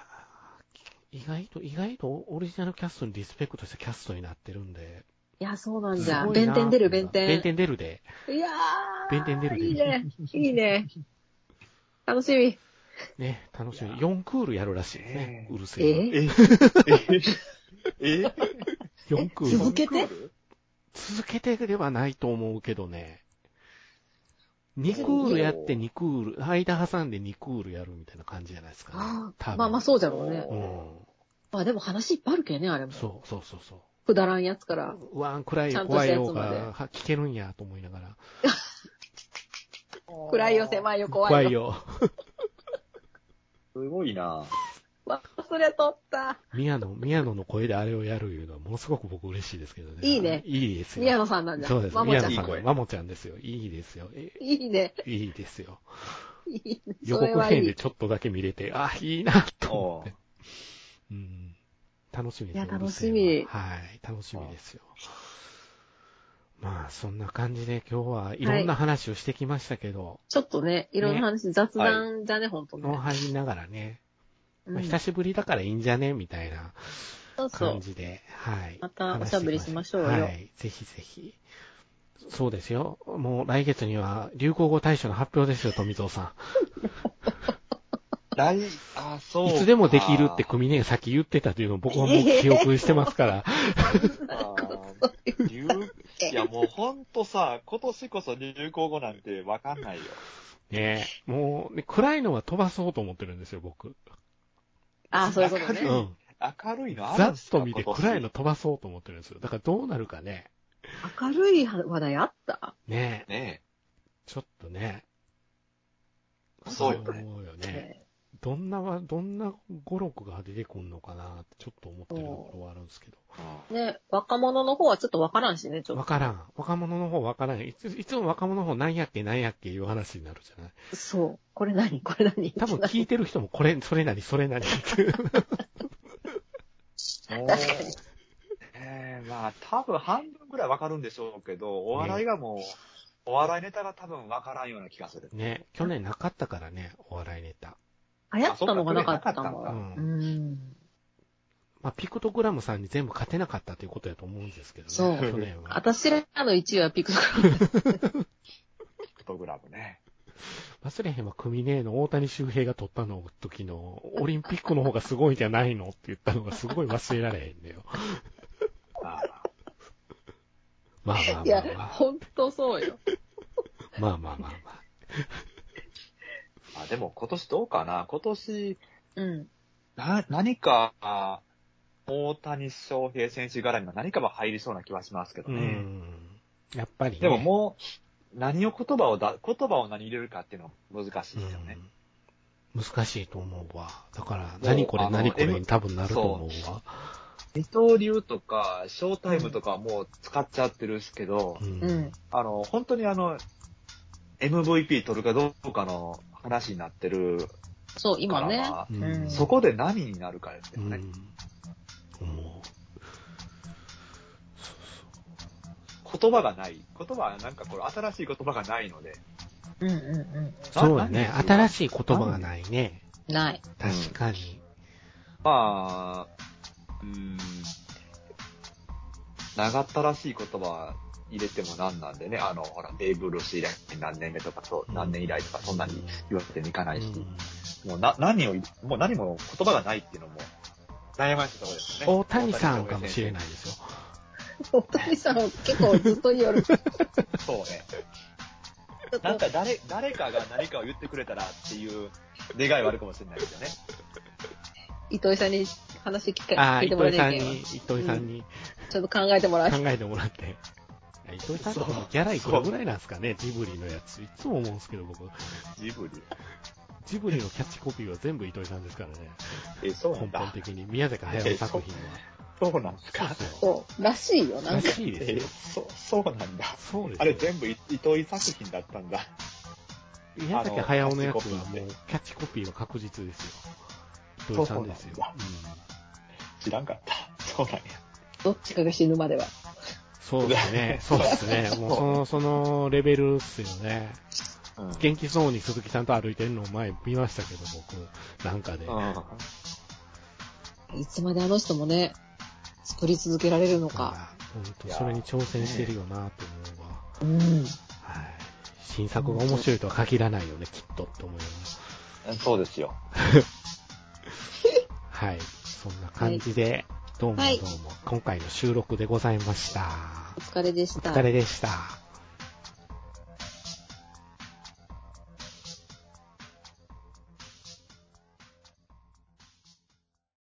A: 意外と、意外とオリジナルキャストにリスペクトしたキャストになってるんで。
B: いや、そうなん
A: す
B: じゃ。
A: ごいな
B: 弁天出る、弁
A: 弁
B: 天。
A: 天出るで。
B: いやー。
A: 弁天出る出る
B: いいね。いいね。楽しみ。
A: ね、楽しみ。4クールやるらしいですね。
C: えー
A: うるせえな。
B: え
C: え
A: 4クー
B: 続
A: ル。
B: けて
A: 続けてればないと思うけどね。2クールやって2クール、間挟んで2クールやるみたいな感じじゃないですか、
B: あ
A: 多
B: あ、
A: 分
B: まあまあそうじゃろうね。
A: う
B: まあでも話いっぱいあるけどね、あれも
A: ん。。そうそうそうそう。
B: くだらんやつから。
A: うわん、暗い、
B: ちゃんと
A: 怖
B: した
A: い
B: やつ
A: よう
B: まで
A: がは聞けるんやと思いながら。
B: 暗いよ、
C: い。
B: 狭いよ、 <laughs> 怖いよ。
A: 怖いよ。
C: すごいな
B: 忘れとった。
A: 宮野、宮野の声であれをやるいうのはものすごく僕嬉しいですけどね。
B: いいね
A: いいですよ。
B: 宮野さんなんじゃ。
A: そうです。
B: マモ
A: 宮
B: ちゃ
A: 野
B: ん。い
A: さん
C: いい
A: の
C: 声
A: マモちゃんですよ。いいですよ。え
B: いね。
A: いいですよ。
B: いいね。
A: 予
B: それ
A: 告
B: はい
A: 編で
B: い。
A: ちょっとだけ見れて、あ、いいな、と思って。うん。楽しみです
B: いや楽しみ
A: うるせえわはい。楽しみですよ。まあ、そんな感じで今日はいろんな話をしてきましたけど、
B: ちょっとね、いろんな話、雑談じゃね、ほんとね
A: の。入りながら
B: う
A: ね、
B: ん
A: まあ久しぶりだからいいんじゃねみたいな
B: そうそ
A: 感
B: う。
A: じで、はい。
B: またおしゃべりしましょうよ
A: 話ていきまはい。ぜひぜひ。そうですよ。もう来月には流行語大賞の発表ですよ、富蔵さ
C: 来、あ、そ
A: ん。
C: う
A: い
C: か。
A: つでもできるって組ね、さっき言ってたというのを僕はもう記憶してますから。
C: あー流いや、もうほんとさ、今年こそ流行語なんてわかんないよ。
A: ねもう、ね暗いのは飛ばそうと思ってるんですよ、僕。
B: ああ、そういうこと
A: う
C: え
B: ね。
A: ん。
C: 明るいのあ
A: ざ
C: るん
A: っ
C: すか
A: と見て
C: 今年
A: 暗いの飛ばそうと思ってるんですよ。だからどうなるかね。
B: 明るい話題あった
A: ね
C: ね
A: ちょっとね。
C: そうよね
A: 思うよね。
B: ね
A: どんなわ、どんな語録が出てくんのかなってちょっと思ってるところはあるんですけど。
C: え。うん
B: ね、若者の方はちょっとわからんしね、ちょ
A: わ
B: っ
A: からん。若者の方わからん。いつ、いつも若者の方なんやっけなんやっけいう話になるじゃない
B: と。そう。これ何これ何
A: 多分聞いてる人もこれ、 <laughs> それなり、それなりっていう。
C: もう
B: 確かに
C: ええまあ、多分半分ぐらいわかるんでしょうけど、お笑いがもう、お笑いネタが多分わからんような気がする。
A: ね。去年なかったからね、お笑いネタ。
B: 流行ったのがなかったも
C: あ
A: そっか
B: ん。うん。
A: まあ、ピクトグラムさんに全部勝てなかったということやと思うんですけどね。
B: そう
A: 去年は。
B: 私らの1位はピクトグラム
C: フォトグラムね。
A: 忘れへんわ、組ねえの大谷周平が取ったの時の、オリンピックの方がすごいじゃないのって言ったのがすごい忘れられへんだよ。
C: まあ
A: まあまあ
B: い
A: まあ
B: や
A: ま、あ。
B: ほんとそうよ。
A: まあまあまあまあ。
C: まあ、でも今年どうかな今年、
B: うん。
C: な、何か、あ大谷翔平選手絡みの何かは入りそうな気はしますけ
A: う
C: どね。
A: ん。やっぱりね。
C: でももう、何を言葉をだ、言葉を何入れるかっていうのは難しいですよね。
A: うん難しいと思うわ。だから、何これ
C: あの
A: 何これに
C: M-
A: 多分なると思うわ。
C: 二刀流とか、ショータイムとかはもう使っちゃってるんですけど、
A: うん
B: うん。
C: あの、本当にあの、MVP 取るかどうかの話になってる
B: そう、
C: か
B: 今
C: ら
B: ね。
C: は、
A: うん
B: うん
C: そこで何になるかですよね。
A: うん思
C: 言葉がない。言葉はなんかこれ新しい言葉がないので。
B: うんうん
A: うそうだね。新
C: い。
A: しい言葉がないね。
B: うん。ない。
A: 確かに。
C: まあ、うーん。長ったらしい言葉入れてもなんなんでね、あの、ほら、ベーブ・ルース以来何年目とか、そう、何年以来とか、そんなに言われてもいかないし、もうな、何を言、もう何も言葉がないっていうのも、悩ましいところですよね。
A: 大谷さんかもしれないですよ。
B: お谷さん、結構ずっと
A: <laughs>
B: 夜、ちょっ
C: そうね。
B: と、
C: なんか誰、誰かが何かを言ってくれたらっていう願いはあるかもしれないですよね。
B: 糸井さんに話聞か
A: ああ、
B: 聞いても
A: 糸
B: ら
A: 井
B: いた
A: さん
B: いけ
A: に、糸井さんに
B: ちょっと考えてもら
A: 考
B: う。
A: えてもらって。いや糸井さんとかもギャラいくらぐらいなんですかね、ジブリのやつ。いつも思うんですけど、僕。
C: ジブリ。
A: ジブリのキャッチコピーは全部糸井さんですからね。
C: え、そうな
A: 根
C: ん
A: 本
C: だ。
A: 的に。宮崎駿作品
C: そうなんですか。
B: そう、らしいよ、
A: は。
B: な
A: ら
B: んか。
A: しいです
C: え
A: よ。
C: そう、そうなんだ。
A: そうですよ
C: あれ全部い糸井作品だったんだ。
A: 宮崎駿のやつはもう、キャッチコピーは確実ですよ。糸井さんですよ。
C: そうなん知らんかった。そうなんや。
B: どっちかが死ぬまでは。
A: そうですね。そうですね。もうその、そのレベルっすよね。
C: うん。
A: 元気そうに鈴木さんと歩いてるのを前見ましたけど、僕、なんかで。
B: いつまであの人もね、作り続けられるのか。
A: 本当それに挑戦してるよなと思うわ。
B: うん。
A: はい。新作が面白いとは限らないよね、きっと、と思います。
C: うん。そうですよ。
A: はい。そんな感じで、どうもどうも、今回の収録でございました。
B: お疲れでし
A: お
B: た。
A: 疲れでした。